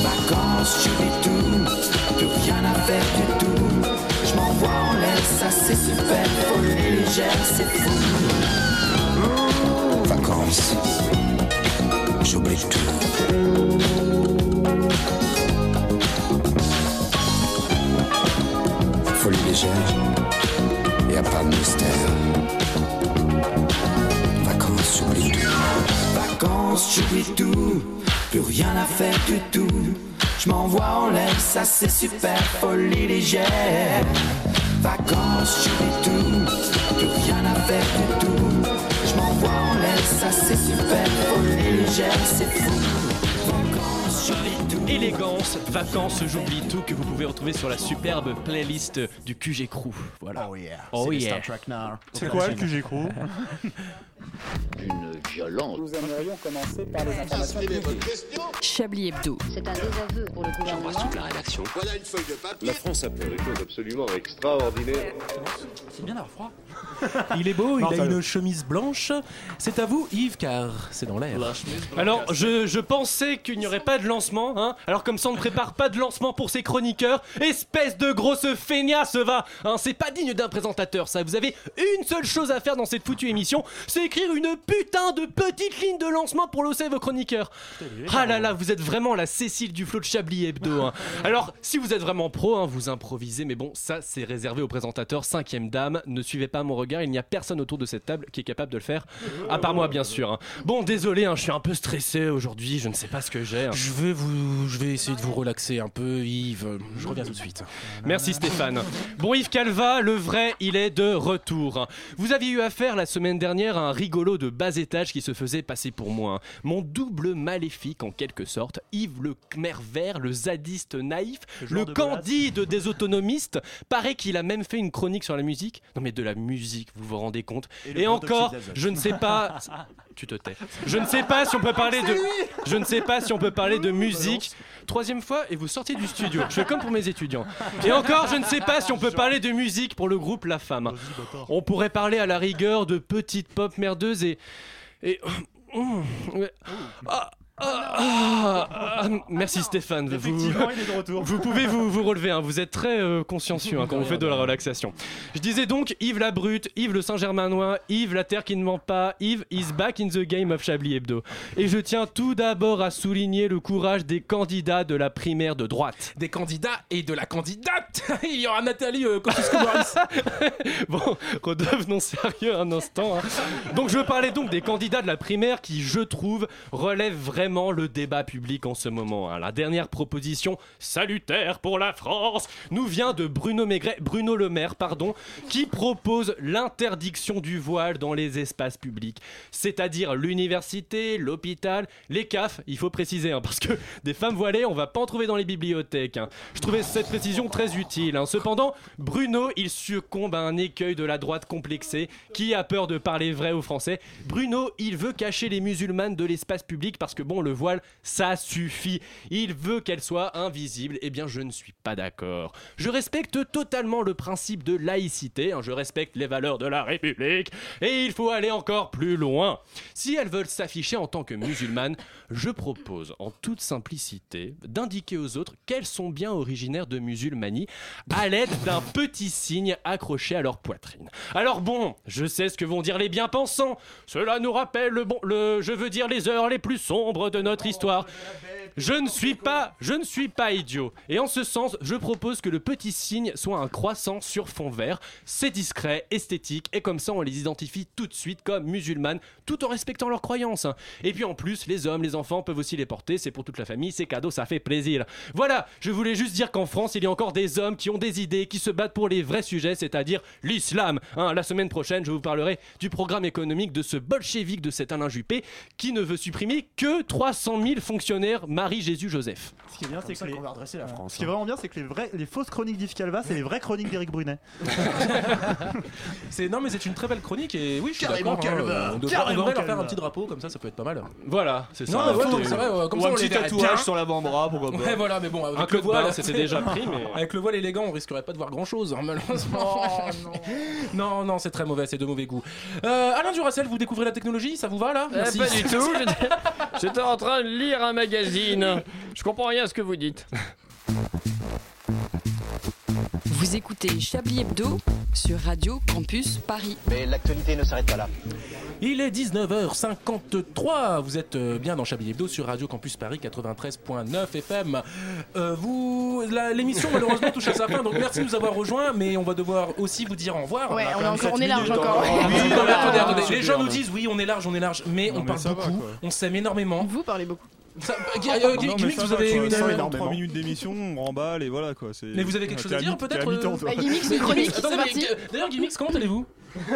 S23: Vacances, je vis tout. Plus rien à faire du tout. Je m'envoie en l'air, ça c'est super folie légère, c'est fou.
S21: Vacances. J'oublie tout. Folie légère. Y a pas de mystère.
S23: Vacances, j'oublie tout. Vacances, j'oublie tout. Plus rien à faire du tout. Je m'envoie en l'air, ça c'est super folie légère. Vacances, j'oublie tout. Plus rien à faire du tout. Je m'envoie en l'air, ça c'est super folie légère, c'est fou. Vacances, j'oublie tout.
S2: Élégance, vacances, j'oublie tout que vous pouvez retrouver sur la superbe playlist du QG Crew. Voilà. Oh yeah. Oh
S3: C'est le
S2: yeah.
S3: Star Trek Now. C'est quoi le QG Crew
S1: D'une violence. Nous aimerions commencer par
S8: Ah,
S1: les informations publiques.
S10: Chablis Hebdo.
S1: C'est un désaveu pour le gouvernement.
S8: toute la rédaction. Voilà une feuille de papier. La France a fait des choses absolument extraordinaires.
S7: C'est bien d'avoir froid. Il est beau,
S8: Non,
S7: il
S8: ça
S7: a
S8: va.
S7: une chemise blanche. C'est à vous, Yves, car c'est dans l'air.
S2: Alors, je, je pensais qu'il n'y aurait pas de lancement, hein. Alors, comme ça, on ne prépare pas de lancement pour ces chroniqueurs. Espèce de grosse feignasse, va. Hein, c'est pas digne d'un présentateur, ça. Vous avez une seule chose à faire dans cette foutue émission c'est écrire une putain de petite ligne de lancement pour l'oser vos chroniqueurs. Ah là là, vous êtes vraiment la Cécile du flot de Chablis Hebdo. hein. Alors, si vous êtes vraiment pro, hein, vous improvisez, mais bon, ça c'est réservé aux présentateurs. Cinquième dame, ne suivez pas mon regard, il n'y a personne autour de cette table qui est capable de le faire, à part moi bien sûr. hein. Bon, désolé, hein, je suis un peu stressé aujourd'hui, je ne sais pas ce que j'ai. hein.
S7: Je vais vous, je vais essayer de vous relaxer un peu, Yves. Je reviens tout de suite.
S2: Merci Stéphane. Bon Yves Calva, le vrai, il est de retour. Vous aviez eu affaire la semaine dernière à un rigolo de bas étage qui se faisait passer pour moi. Mon double maléfique en quelque sorte, Yves le Khmer vert, le zadiste naïf,
S3: joueur
S2: le
S3: de
S2: candide des autonomistes. Paraît qu'il a même fait une chronique sur la musique. Non mais de la musique, vous vous rendez compte
S3: Et le
S2: Et
S3: protoxyde
S2: encore,
S3: d'azote.
S2: je ne sais pas... Tu te tais. Je ne sais pas si on peut parler de...
S3: C'est lui
S2: Je ne sais pas si on peut parler de musique. Troisième fois, et vous sortez du studio. Je fais comme pour mes étudiants. Et encore, je ne sais pas si on peut parler de musique pour le groupe La Femme. On pourrait parler à la rigueur de petite pop merdeuse et. et... oh, Ah, ah, ah, ah, merci Stéphane. Vous,
S11: Effectivement, il est de retour.
S2: Vous pouvez vous, vous relever, hein, vous êtes très euh, consciencieux hein, quand vous faites de la relaxation. Je disais donc Yves la Brute, Yves le Saint-Germainois, Yves la Terre qui ne ment pas, Yves is back in the game of Chablis Hebdo. Et je tiens tout d'abord à souligner le courage des candidats de la primaire de droite.
S7: Des candidats et de la candidate Il y aura Nathalie euh, Kosciusko-Morizet.
S2: bon, redevenons sérieux un instant. hein. Donc je parlais donc des candidats de la primaire qui, je trouve, relèvent vraiment le débat public en ce moment. hein. La dernière proposition salutaire pour la France nous vient de Bruno Maigret, Bruno Le Maire, pardon, qui propose l'interdiction du voile dans les espaces publics, c'est-à-dire l'université, l'hôpital, les CAF, il faut préciser, hein, parce que des femmes voilées, on va pas en trouver dans les bibliothèques. hein. Je trouvais cette précision très utile. hein. Cependant, Bruno, il succombe à un écueil de la droite complexée qui a peur de parler vrai aux Français. Bruno, il veut cacher les musulmanes de l'espace public parce que bon, le voile, ça suffit. Il veut qu'elle soit invisible. Eh bien, je ne suis pas d'accord. Je respecte totalement le principe de laïcité. hein. Je respecte les valeurs de la République. Et il faut aller encore plus loin. Si elles veulent s'afficher en tant que musulmanes, je propose en toute simplicité d'indiquer aux autres qu'elles sont bien originaires de musulmanie à l'aide d'un petit signe accroché à leur poitrine. Alors bon, je sais ce que vont dire les bien-pensants. Cela nous rappelle le bon, le, je veux dire les heures les plus sombres de notre histoire. Je ne suis pas, je ne suis pas idiot. Et en ce sens, je propose que le petit signe soit un croissant sur fond vert. C'est discret, esthétique, et comme ça, on les identifie tout de suite comme musulmanes, tout en respectant leurs croyances. hein. Et puis en plus, les hommes, les enfants peuvent aussi les porter. C'est pour toute la famille, c'est cadeau, ça fait plaisir. Voilà, je voulais juste dire qu'en France, il y a encore des hommes qui ont des idées, qui se battent pour les vrais sujets, c'est-à-dire l'islam. Hein, la semaine prochaine, je vous parlerai du programme économique de ce bolchevique de cet Alain Juppé qui ne veut supprimer que 300 000 fonctionnaires Marie-Jésus-Joseph.
S11: Ce qui est bien, c'est que les...
S12: la France.
S7: hein.
S11: Ce qui est vraiment bien, c'est que les, vrais- les fausses chroniques d'Yves Calva, c'est les vraies chroniques d'Éric Brunet.
S7: C'est non mais c'est une très belle chronique et oui je suis
S11: Carrément
S7: d'accord. hein,
S11: Calva.
S7: on devrait,
S11: Carrément
S7: on devrait leur faire
S11: Calva.
S7: un petit drapeau comme ça ça peut être pas mal.
S2: Voilà, c'est ça.
S7: Non, ouais, non, c'est vrai, ouais, comme
S2: Ou
S7: ça,
S2: un
S7: on
S2: petit
S7: les verrait
S2: tatouage
S7: bien.
S2: sur l'avant-bras, pourquoi pas.
S7: Ouais, voilà, mais bon, avec
S2: bah, Un
S7: le
S2: code
S7: voile,
S2: barre, c'était déjà pris, mais-
S7: Avec le voile élégant, on risquerait pas de voir grand chose, malheureusement. non. non, c'est très mauvais, c'est de mauvais goût. Euh, Alain Duracel, vous découvrez la technologie, ça vous va là
S6: Eh, pas du tout, j'étais- j'étais en train de lire un magazine. Je comprends rien à ce que vous dites.
S10: Vous écoutez Chablis Hebdo sur Radio Campus Paris.
S8: Mais l'actualité ne s'arrête pas là.
S7: Il est 19h53, vous êtes euh, bien dans Chablis Hebdo sur Radio Campus Paris 93.9 FM. Euh, vous, la- L'émission malheureusement touche à sa fin, donc merci de nous avoir rejoints, mais on va devoir aussi vous dire au revoir.
S5: Ouais,
S7: quand même sept
S5: on est encore- on est large
S7: minutes.
S5: encore.
S7: Oh, non,
S5: Oui,
S7: mais
S5: on est
S7: attendez,
S5: large.
S7: attendez, les gens
S5: Super,
S3: hein.
S7: nous disent oui on est large, on est large, mais on parle beaucoup, on s'aime énormément.
S5: Vous parlez beaucoup.
S7: Ça, euh, Gu-
S5: Ah,
S7: euh,
S5: non,
S7: Gu-
S5: mais
S7: Guimix,
S5: ça
S7: vous
S5: va,
S7: avez
S5: tu
S7: une
S5: vois, ça
S7: heure
S5: va,
S7: et demie.
S3: 3 euh, minutes d'émission, on remballe et voilà quoi. c'est-
S7: Mais vous avez quelque chose
S3: T'es
S7: à dire
S3: mi- t'es à
S7: peut-être
S3: mi-temps, toi.
S5: Ah,
S7: euh, Attends, mais Gu- D'ailleurs Guimix, comment allez-vous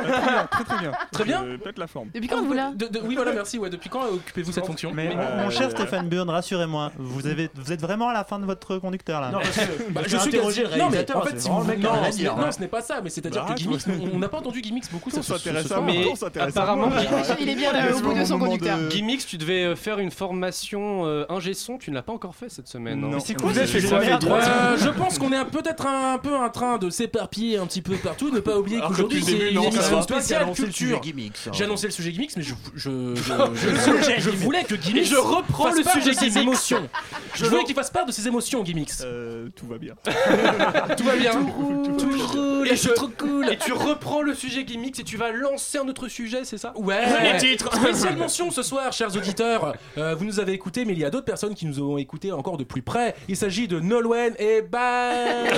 S3: Ah, Très très bien.
S7: Très bien.
S3: Je pète la forme.
S7: Depuis quand vous là Oui voilà merci, ouais, depuis quand euh, occupez-vous cette fonction
S11: Mais mon-
S3: euh,
S11: mon cher Stéphane Byrne, rassurez-moi, vous, avez, vous êtes vraiment à la fin de votre conducteur là.
S7: Non, parce que- Bah,
S11: Vous
S7: je
S11: avez
S7: suis
S11: interrogé
S7: quasi-
S11: le
S7: Non, mais
S11: réalisateur,
S7: en fait,
S11: c'est
S7: si
S11: vraiment
S7: vous-
S11: le mec qui a
S7: non,
S11: rien à
S7: ce
S11: dire,
S7: n'est-
S11: hein.
S7: non, ce n'est pas ça, mais c'est-à-dire
S11: Bah,
S7: que Gimmicks,
S11: arrête,
S7: on on n'a pas entendu Gimmicks beaucoup
S11: On
S7: ce- ce-
S11: s'intéresse
S7: ce
S11: à
S7: soir.
S11: moi.
S7: Mais
S11: On s'intéresse à
S2: Apparemment,
S11: moi. Il est bien là, au bout de son conducteur.
S2: Gimmix, tu devais euh, faire une formation euh, ingé son, tu ne l'as pas encore fait cette semaine. hein.
S7: Non. Vous avez fait merde. Euh, Je pense qu'on est un- peut-être un, peu en train de s'éparpiller un petit peu partout. Ne pas oublier
S2: Alors
S7: qu'aujourd'hui
S2: que depuis le
S7: c'est
S2: début,
S7: une
S2: non, ça
S7: émission
S2: va.
S7: spéciale
S2: Toi, t'as annoncé le
S7: culture.
S2: sujet gimmicks, hein.
S7: J'ai annoncé le sujet gimmicks, mais je je je,
S2: Le
S7: je,
S2: sujet
S7: je voulais que gimmicks.
S2: Je reprends
S7: fasse
S2: le
S7: part
S2: sujet
S7: de ses
S2: gimmicks.
S7: émotions. Je
S2: Je
S7: voulais
S2: re-
S7: qu'il fasse part de ses émotions gimmicks.
S3: tout va bien.
S7: tout va bien.
S2: Et je-
S7: trop cool.
S2: Et tu reprends le sujet gimmicks et tu vas lancer un autre sujet, c'est ça
S7: Ouais.
S2: Les titres.
S7: Spéciale mention ce soir, chers auditeurs. Euh, vous nous avez écoutés, mais il y a d'autres personnes qui nous ont écoutés encore de plus près. Il s'agit de Nolwenn et Bayram.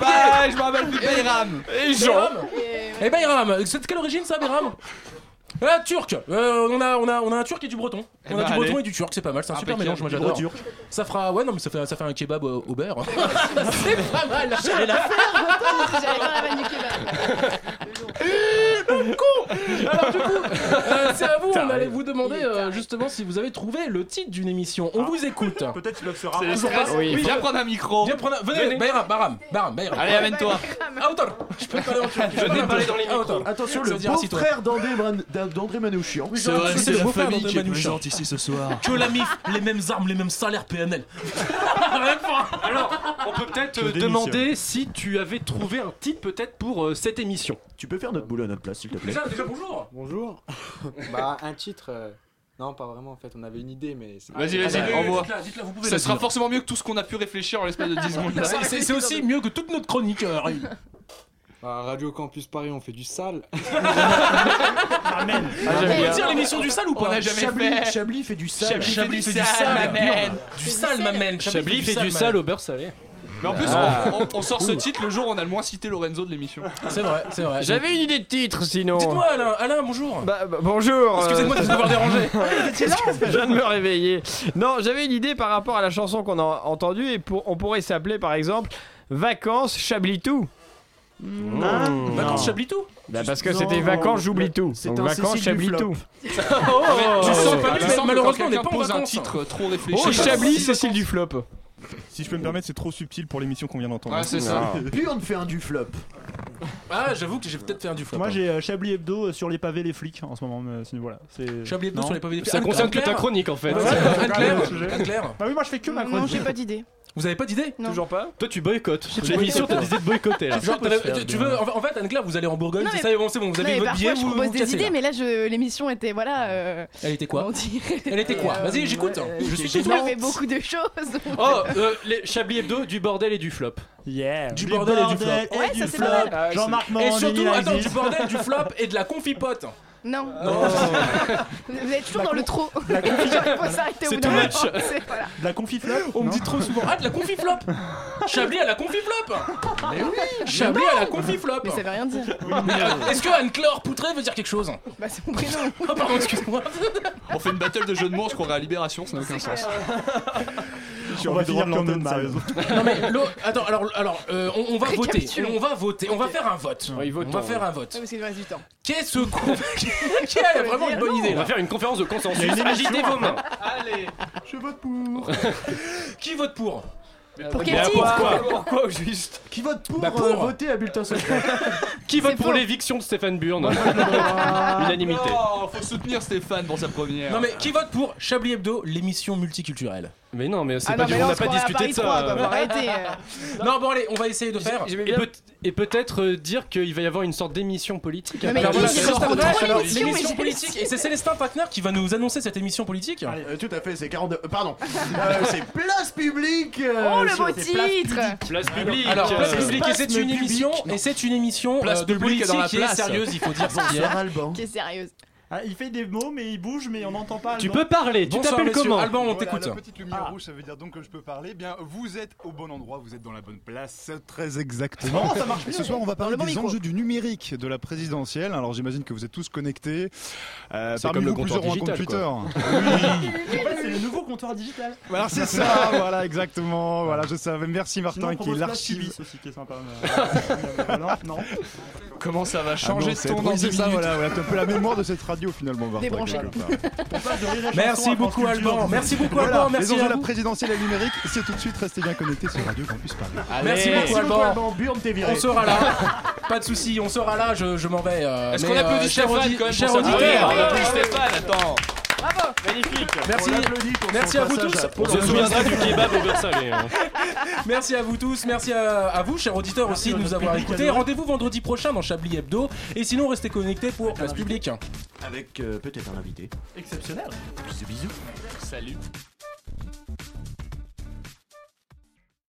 S6: Bah, je me rappelle plus, Bayram.
S7: Et Jean. Et Bayram. C'est de quelle origine ça, Bayram Ah, turc. Euh, on a, on a, on a un turc et du breton.
S6: Eh
S7: on
S6: bah,
S7: a du breton
S6: allez. Ah,
S7: et du turc. C'est pas mal. C'est un super
S6: Impeccable.
S7: mélange. Moi,
S6: Du
S7: j'adore.
S6: breturc.
S7: Ça fera, ouais, non, mais ça fait, ça fait un kebab euh, au beurre. c'est pas mal.
S6: J'allais la
S5: J'allais faire la vanne du kebab.
S25: con Alors du coup, euh, c'est à vous, on allait vous demander euh, justement si vous avez trouvé le titre d'une émission. On vous écoute. Ah. Peut-être qu'ils peuvent se
S20: rappeler. C'est le stress. Oui, viens prendre un micro.
S25: Viens prendre un... Venez,
S20: Venez.
S25: Bayram, Bayram, Bayram, Bayram.
S20: Allez, amène-toi.
S25: Autor, je peux parler en turc.
S12: Je
S25: peux
S12: vais
S25: parler
S12: dans les
S25: Ah, autant.
S12: Attention,
S25: Ça
S12: le
S25: veut dire un citoyen.
S12: beau-frère d'André Bran- d'A- d'André Manouchian.
S26: C'est vrai, c'est la famille qui est
S12: Manouchian.
S26: présente ici ce
S12: Ah.
S26: soir.
S25: Que la MIF, les mêmes armes, les mêmes salaires PNL.
S7: Alors, on peut peut-être
S25: Je
S7: euh,
S25: démissionne.
S7: demander si tu avais trouvé un titre peut-être pour euh, cette émission.
S12: Tu peux faire notre boulot à notre place, s'il te plaît.
S7: Déjà, déjà bonjour.
S27: Bonjour. bah, un titre. euh, Non, pas vraiment en fait, on avait une idée, mais. c'est-
S20: Vas-y, vas-y,
S11: Ah, bah,
S27: Allez,
S20: envoie.
S27: dites-la, dites-la, vous pouvez
S20: Ça
S27: la
S20: sera
S27: dire.
S20: forcément mieux que tout ce qu'on a pu réfléchir en l'espace de 10 secondes.
S27: C'est- c'est-
S25: c'est aussi
S27: mieux
S25: que toute notre chronique.
S27: euh, Bah, Radio Campus Paris, on fait du sale.
S25: Ah, j'aime bien.
S27: On a jamais fait.
S12: Chablis fait du sale.
S27: Chablis
S25: Chablis
S27: fait
S25: fait
S27: du
S25: du
S27: sale,
S25: sale,
S27: ma
S25: pur.
S27: man.
S25: Du sale, ma man.
S7: Chablis fait du sale au beurre salé.
S20: Mais en plus,
S2: Ah.
S20: on, on- on sort ce titre le jour où on a le moins cité Lorenzo de l'émission.
S2: C'est vrai, c'est vrai. J'avais une idée de titre sinon.
S20: Dites-moi,
S7: Alain, Alain, bonjour.
S2: Bah, bah, bonjour.
S20: Excusez-moi de vous avoir dérangé.
S2: Parce que Je viens de me réveiller. Non, j'avais une idée par rapport à la chanson qu'on a entendue et pour, on pourrait s'appeler par exemple Vacances Chablitou.
S7: Non. Vacances Chablitou
S2: Bah parce que
S7: Non,
S2: c'était Vacances J'oublie
S7: bah,
S2: tout.
S7: c'est
S2: Donc
S7: un
S2: Vacances
S7: Cécile du
S2: Chablitou.
S20: Mais tu sens pas,
S2: Ouais.
S20: tu sens que quand quelqu'un pose un titre trop réfléchi.
S2: Oh Chablis, Cécile du flop.
S28: Si je peux me permettre, c'est trop subtil pour l'émission qu'on vient d'entendre. Ah.
S20: Ouais, c'est ça.
S12: Puis on te fait un du flop.
S7: Ah, j'avoue que j'ai peut-être fait un du flop.
S11: Moi j'ai euh, Chablis Hebdo euh, sur les pavés les flics en ce moment. mais c'est- voilà, c'est-
S7: Chablis Hebdo
S11: Non.
S7: sur les pavés, les flics. Ça Ah, concerne Anne-Claire que ta chronique, en fait.
S11: Ouais,
S7: Anne-Claire,
S11: le sujet.
S7: Anne-Claire.
S11: Bah oui, moi je fais que ma chronique.
S5: Non, j'ai pas d'idée.
S7: Vous avez pas d'idée
S2: Toujours pas
S7: Toi, tu boycottes.
S11: J'ai
S7: L'émission, t'as
S11: boycotté.
S7: décidé de boycotter. là.
S11: Ça
S7: Genre,
S11: peut
S7: t'as-
S11: se faire,
S7: tu- tu
S11: bien.
S7: veux. En en fait, Anne-Claire, vous allez en Bourgogne.
S5: Non,
S7: C'est
S5: mais-
S7: ça, bon, c'est bon, vous
S5: non,
S7: avez
S5: mais
S7: votre billet.
S5: Parfois, je
S7: vous- vous
S5: propose des
S7: cassez, là.
S5: idées, mais là, je- l'émission était voilà. euh,
S7: Elle était quoi Elle était quoi Vas-y, j'écoute. hein. Je suis
S5: J'ai
S7: tout
S5: fait beaucoup de choses.
S7: Oh, euh, les Chablis Hebdo, du bordel et du flop.
S11: Yeah.
S7: Du
S11: Du
S7: bordel et du flop.
S11: bordel et Ouais, du ça, c'est flop. pas mal.
S7: Ah,
S11: Jean-Marc
S7: c'est- Et
S11: Morandini,
S7: surtout,
S11: Alexis.
S7: attends, du bordel, du flop et de la confipote.
S5: Non.
S7: Oh.
S5: Vous êtes toujours dans le trop.
S11: la confi-
S5: Il faut s'arrêter au bout
S11: C'est
S5: d'un
S11: too
S5: moment.
S11: much.
S5: C'est- voilà.
S11: De la confifleur
S7: On me dit trop souvent. Ah, de la confiflop Chablis à la confiflop Mais oui Chablis à la confiflop
S5: Mais ça veut rien dire.
S7: Euh, Est-ce que Anne-Claire Poutré veut dire quelque chose
S5: Bah, c'est mon prénom.
S7: Oh, pardon, excuse-moi.
S20: On fait une battle de jeux de mots, on se croirait à Libération, ça n'a aucun sens.
S28: J'ai
S20: On
S28: envie
S20: va
S28: de
S20: finir
S28: rendre
S20: comme
S28: l'antenne,
S20: Neymar.
S28: sérieusement.
S7: Non mais l'eau- attends alors alors euh, on, on va voter
S5: Récapitulons.
S7: on va voter on va faire un vote on va faire un vote
S5: Oui, parce qu'il nous reste du temps.
S7: Qu'est-ce qu'on qui a vraiment une bonne idée
S5: On va faire
S7: une conférence de
S5: consensus.
S7: agitez vos mains
S5: Allez.
S11: Je vote pour.
S7: qui vote pour
S5: Euh, Pour
S7: Mais
S5: quel titre
S7: pourquoi pourquoi au juste
S12: Qui vote pour,
S7: Bah, pour.
S12: euh, voter à bulletin secret
S7: qui vote pour l'éviction de Stéphane Burn unanimité
S20: Non, Oh, faut soutenir Stéphane pour sa première.
S7: non mais qui vote pour Chablis Hebdo l'émission multiculturelle mais non mais
S20: Ah non, mais
S7: on
S20: là, on
S7: n'a
S20: se
S7: pas
S20: croirait à
S7: discuté
S20: Paris
S7: de ça
S20: 3, quoi,
S7: euh.
S20: faut arrêter, euh.
S7: non bon allez on va essayer de faire
S20: j'aimais
S7: et
S20: bien-
S7: peut- et peut-être euh, dire qu'il va y avoir une sorte d'émission politique
S20: Non, mais
S7: Enfin, voilà,
S20: il
S7: c'est
S20: reprend
S7: Célestin
S20: trop
S7: Packner,
S20: l'émission, mais
S7: l'émission
S20: j'ai-
S7: politique et c'est Célestin Packner qui va nous annoncer cette émission politique
S12: Euh, Tout à fait, c'est 42. euh, Pardon. Euh, c'est place publique. euh,
S5: Oh, le
S12: sur-
S5: beau
S12: c'est place
S5: titre
S7: Place
S12: publique.
S7: Alors, place
S12: Euh,
S7: publique, et c'est
S12: spasme
S7: une
S12: public.
S7: émission,
S12: Non.
S7: et c'est une émission
S20: Place
S7: euh, de politique
S20: publique dans la
S7: qui est
S20: place.
S7: sérieux, il faut dire hein. ce qu'il y a.
S5: Qui est sérieuse.
S11: Ah, il fait des mots, mais il bouge, mais on n'entend pas. Ah.
S7: Tu
S11: Alban.
S7: peux parler, tu
S11: Bonsoir,
S7: t'appelles
S11: monsieur.
S7: comment Alban, on
S18: Voilà,
S7: t'écoute.
S18: la petite lumière rouge, ça veut dire donc que je peux parler. Eh Bien, vous êtes au bon endroit, vous êtes dans la bonne place, très exactement.
S11: Non, ça marche bien.
S18: Ce soir, on va
S11: Dans le
S18: parler
S11: bon
S18: des
S11: micro.
S18: enjeux du numérique de la présidentielle. Alors, j'imagine que vous êtes tous connectés. Euh,
S11: C'est
S18: parmi
S11: comme le
S18: vous,
S11: comptoir
S18: plusieurs ont un
S11: digital,
S18: compte Twitter.
S11: quoi. En fait, c'est le nouveau comptoir digital.
S18: Voilà, Bah, c'est ça, voilà, exactement. Voilà, je savais. Merci
S11: Sinon,
S18: Martin
S11: on
S18: qui est
S11: propose Place
S18: l'archive.
S11: Civis aussi, qui est sympa, mais- Voilà, non.
S20: Comment ça va
S18: Ah non,
S20: changer
S18: c'est
S20: de ton
S18: drôle,
S20: dans 10
S18: c'est ça,
S20: minutes
S18: voilà, voilà, t'as un peu la mémoire de cette radio finalement. Varda,
S20: Débranché.
S18: quelque part.
S7: Merci beaucoup, Alban. Merci beaucoup,
S18: Voilà,
S7: Alban. Merci
S18: Les enjeux
S7: à
S18: de la
S7: vous.
S18: présidentielle et le numérique, c'est tout de suite. Restez bien connectés sur Radio Campus Paris.
S7: Merci beaucoup, Alban.
S12: Burne, t'es viré.
S7: On sera là. Pas de soucis, on sera là, je, je m'en vais. euh,
S20: Est-ce
S7: mais,
S20: qu'on
S7: euh,
S20: applaudit
S7: cher
S20: Stéphane
S7: audi-
S20: quand même
S7: cher
S20: pour sa-
S7: auditeur,
S20: Ah oui, on
S7: euh,
S20: applaudit Stéphane, attends.
S5: Bravo
S20: Magnifique.
S7: Merci.
S20: On l'applaudit pour
S7: Merci
S20: son
S7: à vous
S20: passage
S7: tous.
S20: à Pôle emploi.
S7: hein. Merci à vous tous. Merci à, à vous, chers auditeurs aussi, de nous avoir
S18: public
S7: écoutés.
S18: adoré.
S7: Rendez-vous vendredi prochain dans Chablis Hebdo. Et sinon, restez connectés pour Place Publique.
S12: Avec euh, peut-être un invité.
S11: Exceptionnel.
S12: Bisous, bisous.
S20: Salut.